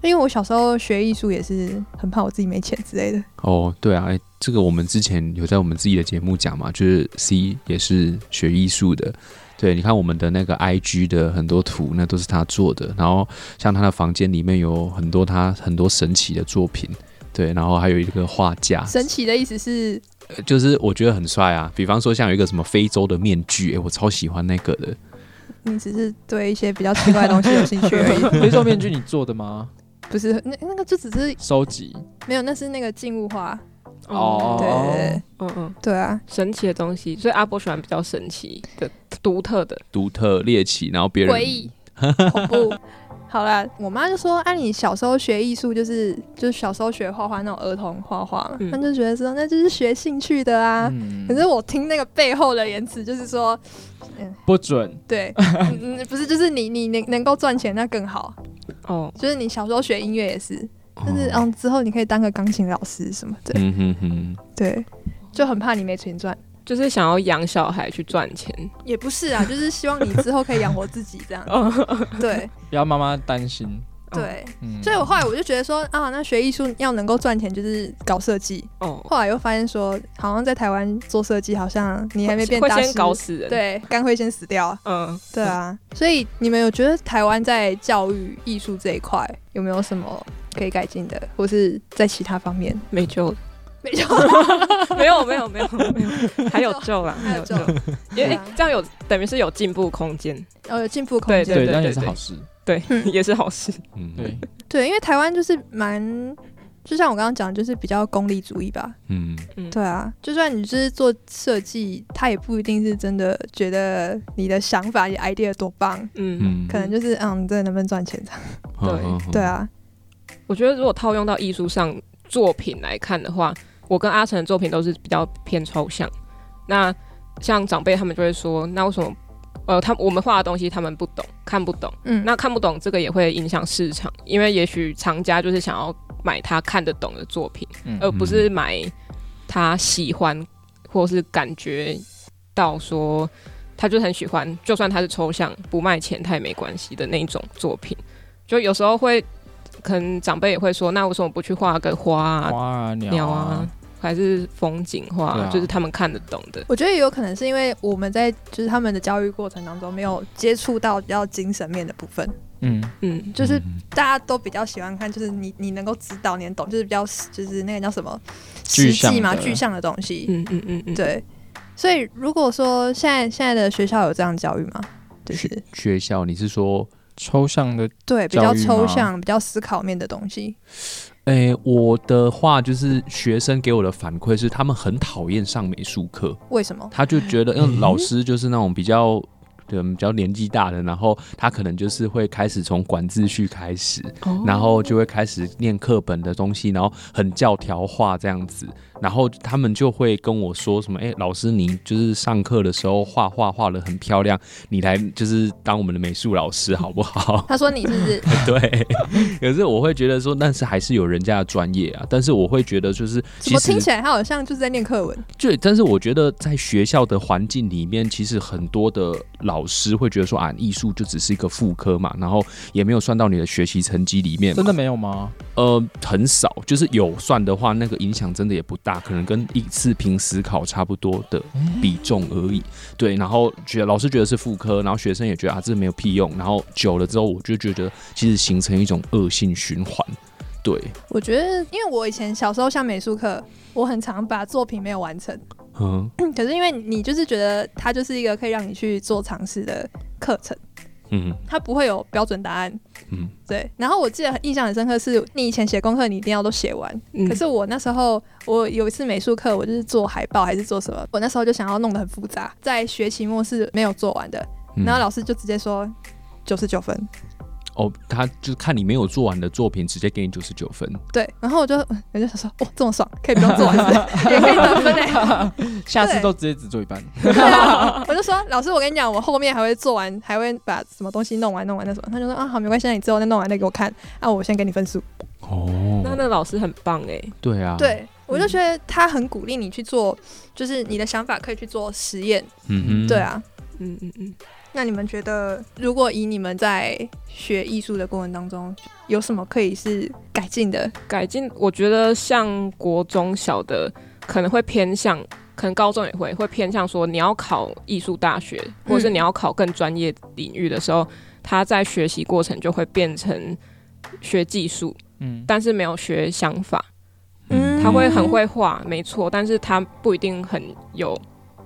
A: 因为我小时候学艺术也是很怕我自己没钱之类的。
B: 哦，对啊，哎，这个我们之前有在我们自己的节目讲嘛，就是 C 也是学艺术的。对，你看我们的那个 I G 的很多图，那都是他做的。然后像他的房间里面有很多他很多神奇的作品，对，然后还有一个画架，
A: 神奇的意思是，
B: 呃就是我觉得很帅啊。比方说像有一个什么非洲的面具，哎，我超喜欢那个的。
A: 你只是对一些比较奇怪的东西有兴趣而已，
C: 非洲面具你做的吗？
A: 不是那那个就只是
C: 收集
A: 没有，那是那个静物画。
C: 哦
A: 对对对
D: 嗯嗯，
A: 对啊，
D: 神奇的东西，所以阿波喜欢比较神奇的、独特的。
B: 独特猎奇，然后别人
A: 诡异、恐
B: <laughs>
A: 怖。好啦，我妈就说：“啊，你小时候学艺术，就是就是小时候学画画那种儿童画画嘛，
D: 嗯
A: 她就觉得说那就是学兴趣的啊。
C: 嗯
A: 可是我听那个背后的言辞，就是说，
C: 不准。
A: <laughs> 对，嗯嗯不是，就是你你能能够赚钱那更好。
D: 哦，
A: 就是你小时候学音乐也是，就是
B: 哦
A: 嗯，之后你可以当个钢琴老师什么的，
B: 嗯哼哼，
A: 对，就很怕你没钱赚。
D: 就是想要养小孩去赚钱。
A: 也不是啊，就是希望你之后可以养活自己这样。
D: 哦，
A: <laughs> 对，
C: 不要妈妈担心，
A: 对，
C: 嗯
A: 所以我后来我就觉得说啊，那学艺术要能够赚钱，就是搞设计。
D: 哦，
A: 后来又发现说，好像在台湾做设计，好像你还没变
D: 会
A: 大
D: 先
A: 师，
D: 搞死人。，
A: 对，干会先死掉啊。
D: 嗯，
A: 对啊，所以你们有觉得台湾在教育艺术这一块有没有什么可以改进的，或是在其他方面？
D: 没救了，
A: 没 <laughs> 有，
D: <laughs> 没有没有没有没 <laughs> 有，还有救啦，
A: 还有救
D: <laughs> 因
A: 对
D: 为哎
A: 啊
D: 这样有等于是有进步空间，
A: 呃，有进步空间。
D: 对
C: 对，
D: 对
C: 但也是
D: 对
C: 好事。
D: 对，
A: 嗯
D: 也是好事。
B: 嗯，
C: 对，，
A: 对，因为台湾就是蛮，就像我刚刚讲，就是比较功利主义吧。
B: 嗯，
A: 对啊，就算你就是做设计，他也不一定是真的觉得你的想法、你的 idea 多棒，
D: 嗯，
B: 嗯，
A: 可能就是嗯，真的能不能赚钱这样。
D: 对
B: 嗯，嗯
A: 对，啊，
D: 我觉得如果套用到艺术上作品来看的话，我跟阿成的作品都是比较偏抽象。那像长辈他们就会说，那为什么呃，他我们画的东西他们不懂，看不懂。
A: 嗯，
D: 那看不懂这个也会影响市场，因为也许藏家就是想要买他看得懂的作品，
C: 嗯
D: 而不是买他喜欢或是感觉到说他就很喜欢，就算他是抽象不卖钱他也没关系的那一种作品。就有时候会，可能长辈也会说，那为什么不去画个花、啊、
C: 花啊
D: 鸟
C: 鸟
D: 啊
C: 啊，，
D: 还是风景画、
C: 对啊
D: 就是他们看得懂的。
A: 我觉得也有可能是因为我们在就是他们的教育过程当中没有接触到比较精神面的部分，
C: 嗯，
D: 嗯，
A: 就是
B: 嗯
A: 大家都比较喜欢看，就是你你能够指导、你能懂，就是比较就是那个叫什么
C: 具
A: 实
C: 象
A: 际嘛，
C: 的
A: 具象的东西。
D: 嗯嗯嗯嗯，
A: 对，所以如果说现在现在的学校有这样教育吗？就是
B: 学校，你是说
C: 抽象的
A: 对比较
C: 教育
A: 抽
C: 吗
A: 象、比较思考面的东西。
B: 诶，我的话就是学生给我的反馈是，他们很讨厌上美术课，
A: 为什么？
B: 他就觉得，嗯，老师就是那种比较。嗯，比较年纪大的，然后他可能就是会开始从管秩序开始，
D: 哦
B: 然后就会开始念课本的东西，然后很教条化这样子，然后他们就会跟我说什么，哎、老师你就是上课的时候画画画的很漂亮，你来就是当我们的美术老师好不好？
A: 他说你是不 <laughs> 是？
B: <laughs> 对，可是我会觉得说，但是还是有人家的专业啊。但是我会觉得就是，
A: 怎
B: 其
A: 么
B: 实
A: 听起来他好像就是在念课文？
B: 就，但是我觉得在学校的环境里面，其实很多的老师会觉得说啊，艺术就只是一个副科嘛，然后也没有算到你的学习成绩里面嘛。
C: 真的没有
A: <laughs>
C: 吗？
B: 呃，很少，就是有算的话，那个影响真的也不大，可能跟一次平时考差不多的比重而已。对，然后觉得老师觉得是副科，然后学生也觉得啊这没有屁用，然后久了之后，我就觉得其实形成一种恶性循环。对，
A: 我觉得，因为我以前小时候像美术课，我很常把作品没有完成， <clears throat>
B: 嗯
A: 可是因为你就是觉得它就是一个可以让你去做尝试的课程，
B: 嗯
A: 它不会有标准答案。
B: 嗯，
A: 对，然后我记得印象很深刻是，你以前写功课你一定要都写完，
D: 嗯
A: 可是我那时候我有一次美术课，我就是做海报还是做什么，我那时候就想要弄得很复杂，在学期末是没有做完的，
B: 嗯
A: 然后老师就直接说九十九分，
B: 哦，他就看你没有做完的作品，直接给你九十九分。
A: 对，然后我就嗯我就想说，哦哇，这么爽，可以不用做完是不 <laughs> 是，也可以得分嘞。
C: 下次
A: 对
C: 都直接只做一半，
A: 对啊我就说，老师，我跟你讲，我后面还会做完，还会把什么东西弄完，弄完那什么。他就说啊，好，没关系，那你之后再弄完再给我看，啊，我先给你分数。
B: 哦
D: 那那个老师很棒哎，
B: 对啊，，
A: 对，我就觉得他很鼓励你去做，就是你的想法可以去做实验。
B: 嗯哼，
A: 对，啊，
D: 嗯嗯嗯，
A: 那你们觉得，如果以你们在学艺术的过程当中，有什么可以是改进的？
D: 改进，我觉得像国中小的可能会偏向，可能高中也会会偏向说你要考艺术大学，或者是你要考更专业领域的时候，他在学习过程就会变成学技术，
C: 嗯，
D: 但是没有学想法。
A: 嗯
D: 他会很会画，没错，但是他不一定很有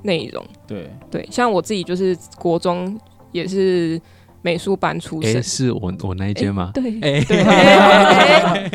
D: 内容。
C: 对，
D: 对，像我自己就是国中也是美术班出
B: 哎、
D: 身，
B: 是我我那一间吗？
D: 对，
B: 哎、
D: 对哎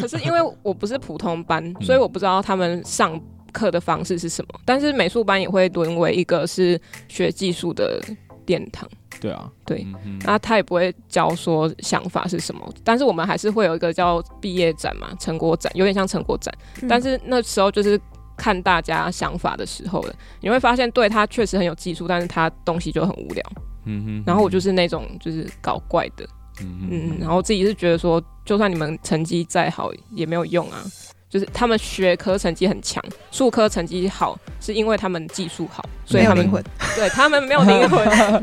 D: 可是因为我不是普通班，所以我不知道他们上课的方式是什么。但是美术班也会沦为一个是学技术的殿堂，
C: 对啊，
D: 对。
B: 嗯哼
D: 那他也不会教说想法是什么，但是我们还是会有一个叫毕业展嘛，成果展，有点像成果展，但是那时候就是看大家想法的时候了，你会发现，对他确实很有技术，但是他东西就很无聊。
B: 嗯哼，
D: 然后我就是那种就是搞怪的，
B: 嗯哼，
D: 嗯，然后自己是觉得说，就算你们成绩再好也没有用啊，就是他们学科成绩很强，术科成绩好，是因为他们技术好，所以他
A: 没有
D: 们
A: 灵魂，
D: 对他们没有灵 魂，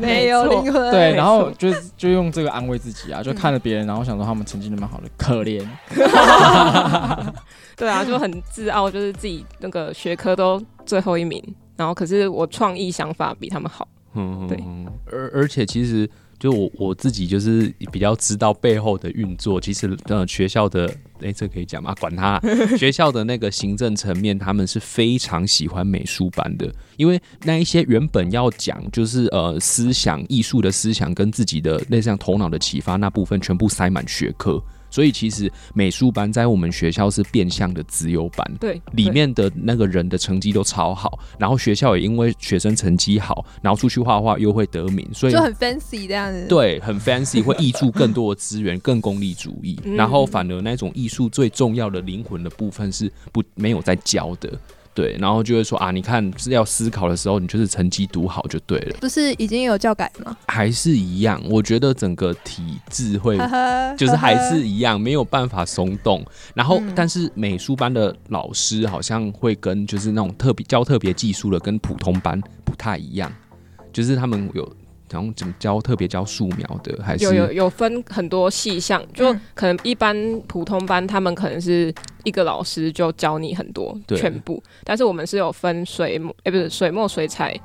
A: <laughs> 没有
D: 错嗯
A: 灵魂，
C: 对，
D: 没
C: 然后就就用这个安慰自己啊，就看了别人，然后想说他们成绩那么好的，可怜。
D: 对啊，就很自傲，就是自己那个学科都最后一名，然后可是我创意想法比他们好，
B: 嗯，
D: 对
B: 嗯，嗯而而且其实就我我自己就是比较知道背后的运作，其实呃学校的哎、这可以讲吗？啊管他啊、学校的那个行政层面，他们是非常喜欢美术班的，因为那一些原本要讲就是呃思想艺术的思想跟自己的类似像头脑的启发那部分，全部塞满学科。所以其实美术班在我们学校是变相的资优班，
D: 对，
B: 里
D: 对
B: 面的那个人的成绩都超好，然后学校也因为学生成绩好，然后出去画画又会得名，所以
A: 就很 fancy 这样子。，
B: 对很 fancy，会挹注更多的资源，更功利主义。
D: 嗯
B: 然后反而那种艺术最重要的灵魂的部分是不没有在教的，对，然后就会说啊，你看是要思考的时候，你就是成绩读好就对了，
A: 不是已经有教改吗？
B: 还是一样，我觉得整个体制会
A: 呵
D: <laughs>
A: 呵
B: 就是还是
A: 呵
B: 一样，没有办法松动。然后，
A: 嗯
B: 但是美术班的老师好像会跟就是那种特别教特别技术的，跟普通班不太一样，就是他们有然后怎么教特别教素描的，还是
D: 有有有分很多细项，就
A: 嗯
D: 可能一般普通班他们可能是一个老师就教你很多
B: 对
D: 全部，但是我们是有分水墨，哎、不是水墨水彩、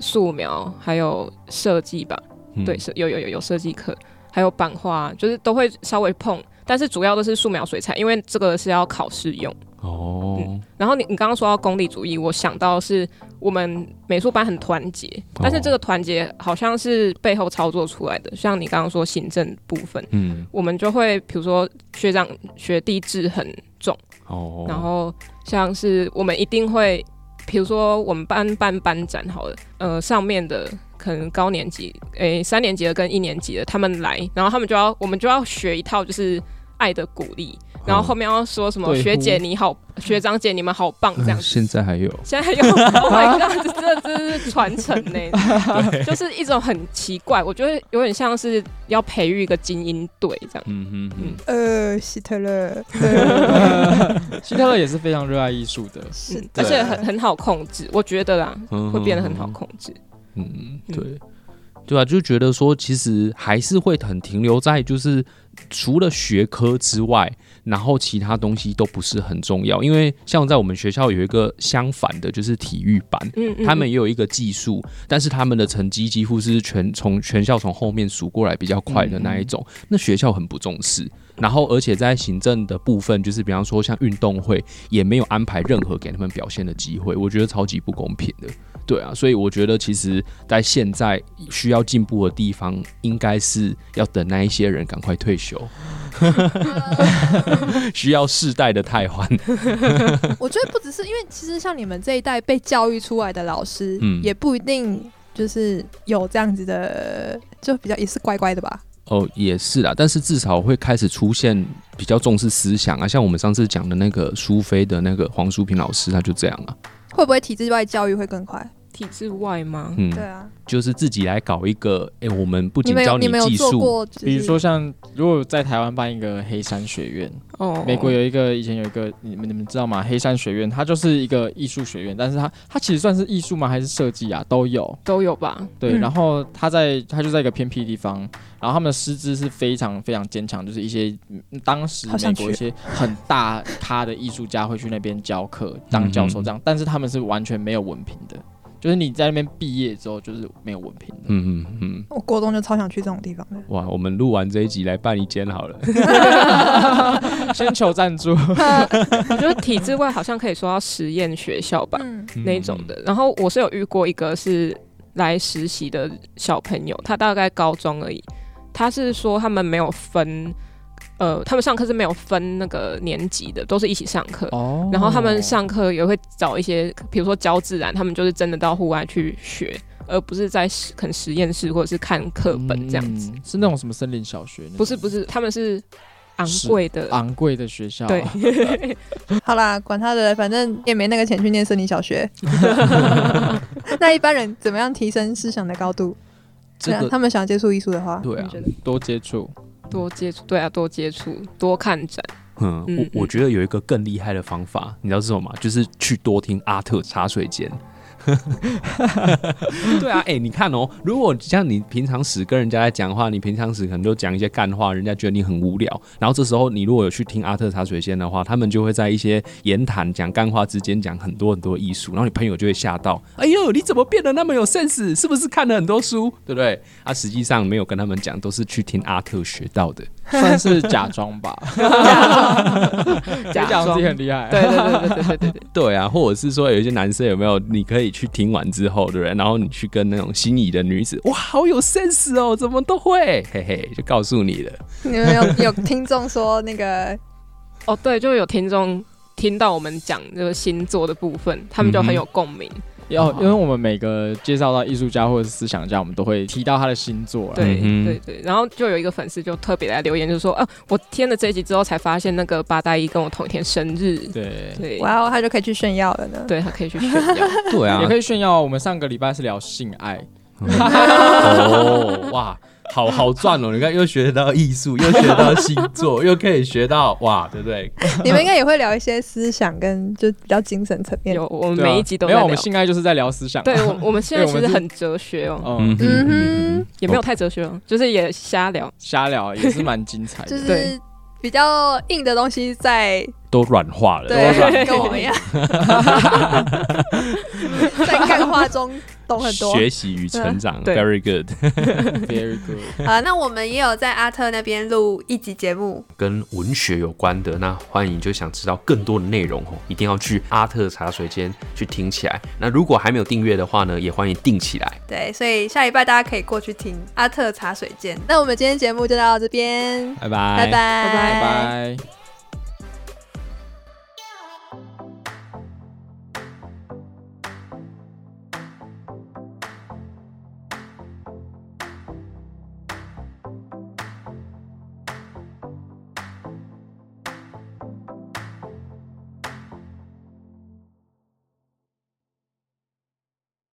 D: 素描，还有设计吧，
B: 嗯
D: 对，是有有有有设计课，还有版画，就是都会稍微碰，但是主要都是素描水彩，因为这个是要考试用。
B: 哦，
D: 然后你你刚刚说到功利主义，我想到是我们美术班很团结，但
B: 哦
D: 是这个团结好像是背后操作出来的，像你刚刚说行政部分，
B: 嗯
D: 我们就会比如说学长学弟制很重，
B: 哦，
D: 然后像是我们一定会，比如说我们班办班展好了，呃，上面的可能高年级，诶、三年级的跟一年级的他们来，然后他们就要我们就要学一套就是爱的鼓励，
B: 啊
D: 然后后面要说什么
C: 对
D: 学姐
C: 呼
D: 你好，学长姐你们好棒这
B: 嗯
D: 样子。
B: 现在还有
D: 现在有，Oh my god！这这这是传承
B: <laughs>
D: 呢、就是一种很奇怪，我觉得有点像是要培育一个精英队这样。
B: 嗯哼嗯
D: 嗯
A: 呃，希特勒，
C: 希特勒也是非常热爱
D: <laughs>
C: 艺术的，
A: 是
D: 嗯
A: 的，
D: 而且很很好控制，我觉得啦，
B: 嗯
D: 会变得很好控制。
B: 嗯，
D: 嗯
B: 对，对啊，就觉得说，其实还是会很停留在就是除了学科之外，然后其他东西都不是很重要。因为像在我们学校有一个相反的，就是体育班，
D: 嗯嗯，
B: 他们也有一个技术，但是他们的成绩几乎是全从全校从后面数过来比较快的那一种，那学校很不重视。然后，而且在行政的部分，就是比方说像运动会，也没有安排任何给他们表现的机会，我觉得超级不公平的。对啊，所以我觉得其实，在现在需要进步的地方，应该是要等那一些人赶快退休，
A: 呃
B: 需要世代的太换。
A: 我觉得不只是因为，其实像你们这一代被教育出来的老师，
B: 嗯
A: 也不一定就是有这样子的，就比较也是乖乖的吧。
B: 哦，也是啦，但是至少会开始出现比较重视思想啊，像我们上次讲的那个苏菲的那个黄淑平老师，他就这样啊，
A: 会不会体制外教育会更快？
D: 体制外吗？
B: 嗯，
A: 对啊，
B: 就是自己来搞一个，哎、我们不
A: 你
B: 仅
A: 们
B: 教
A: 有你们有
B: 技
A: 做
B: 术，
A: 过，就是
C: 比如说像如果在台湾办一个黑山学院，
D: 哦，
C: 美国有一个以前有一个你们你们知道吗？黑山学院，它就是一个艺术学院，但是它它其实算是艺术吗？还是设计啊？都有。
D: 都有吧？
C: 对，
A: 嗯
C: 然后他在他就在一个偏僻地方，然后他们的师资是非常非常坚强，就是一些嗯当时
A: 好想
C: 美国一些很大咖的艺术家会去那边教课
B: 嗯
C: 当
B: 哼
C: 教授这样，但是他们是完全没有文凭的，就是你在那边毕业之后就是没有文凭的。
B: 嗯嗯嗯，
A: 我国中就超想去这种地方的。
B: 哇，我们录完这一集来办一间好
A: <laughs>
B: 了，嗯
C: 先求赞
D: <laughs>
C: 助，
D: 我觉得体制外好像可以说到实验学校吧、
A: 嗯，
D: 那种的。然后我是有遇过一个是来实习的小朋友，他大概高中而已。他是说他们没有分，呃，他们上课是没有分那个年级的，都是一起上课。
C: 哦
D: 然后他们上课也会找一些，比如说教自然，他们就是真的到户外去学，而不是在实可能实验室或者是看课本这样子。
C: 嗯是那种什么森林小学那种，
D: 不是不是，他们是昂
C: 是啊哦
D: 贵的，
C: 昂贵的学校，
D: 对，
C: <laughs>
D: <laughs>
A: 好啦，管他的，反正也没那个钱去念森林小
B: <laughs>
A: 学。 <laughs> 那一般人怎么样提升思想的高度？<laughs>
B: 这
A: 对啊
B: 个
A: 他们想
D: <laughs>
A: 接触艺术的话，
B: 对
D: 你
B: 啊
D: 觉，得
C: 多接触，
D: 多接触，对啊，多接触，多看展，
B: 哼，
D: 嗯
B: 我我觉得有一个更厉害的方法，你知道是什么吗？就是去多听阿特茶水间。对 <laughs> 啊，哎、你看哦，如果像你平常时跟人家在讲话，你平常时可能就讲一些干话，人家觉得你很无聊。然后这时候你如果有去听阿特茶水间的话，他们就会在一些言谈讲干话之间讲很多很多艺术，然后你朋友就会吓到，哎呦，你怎么变得那么有 sense？是不是看了很多书？对不对？啊，实际上没有跟他们讲，都是去听阿特学到的。
C: 算是假装吧，
D: <laughs> 假
C: 讲
D: 装
C: 自己很厉害。
D: 对对对对对对对，
B: 对啊，或者是说有一些男生有没有，你可以去听完之后，对不对？然后你去跟那种心仪的女子，哇，好有 sense 哦，怎么都会，嘿嘿，就告诉你了。
A: 你们有有听众说那个
D: 哦对，就有听众听到我们讲这个星座的部分，他们就很有共鸣。哦
C: 要因为我们每个介绍到艺术家或者思想家，我们都会提到他的星座啊啦。
D: 对
B: 嗯哼
D: 对对，然后就有一个粉丝就特别来留言，就说：“啊，我听了这一集之后才发现那个八大一跟我同一天生日。
C: 对”
D: 对，
A: 哇哦，他就可以去炫耀了呢？
D: 对他可以去炫耀。
B: 对
C: <laughs>
B: 啊
C: 也可以炫耀。我们上个礼拜是聊性爱，
B: 哦，哇，好好赚哦！你看，又学到艺术，又学到星座，又可以学到哇，对不对？
A: 你们应该也会聊一些思想跟就比较精神层面的。
D: 有，我们
C: 对啊
D: 每一集都
C: 没
D: 在聊。
C: 有。我们性爱就是在聊思想。啊
D: 对，我我们现在
C: 对我
D: 其
C: 们
D: 实
C: 是
D: 很哲学哦，
C: 嗯，
A: 嗯
D: 也没有太哲学哦，就是也瞎聊。
C: 瞎聊也是蛮精
D: <laughs>
C: 彩
A: 哼，
C: 的
A: 就。是
D: 对
A: 比较硬的东西在
B: 都软化了。
A: 对跟我们一样，在干话中懂很多。
B: 学习与成长
D: 对
B: ，very good。
C: Very good。
E: 啊，那我们也有在阿特那边录一集节目，
B: 跟文学有关的，那欢迎就想知道更多的内容哦，一定要去阿特茶水间去听起来。那如果还没有订阅的话呢，也欢迎订起来。
E: 对，所以下礼拜大家可以过去听阿特茶水间。
A: 那我们今天节目就到这边，
B: 拜拜，
A: 拜拜，拜
C: 拜拜。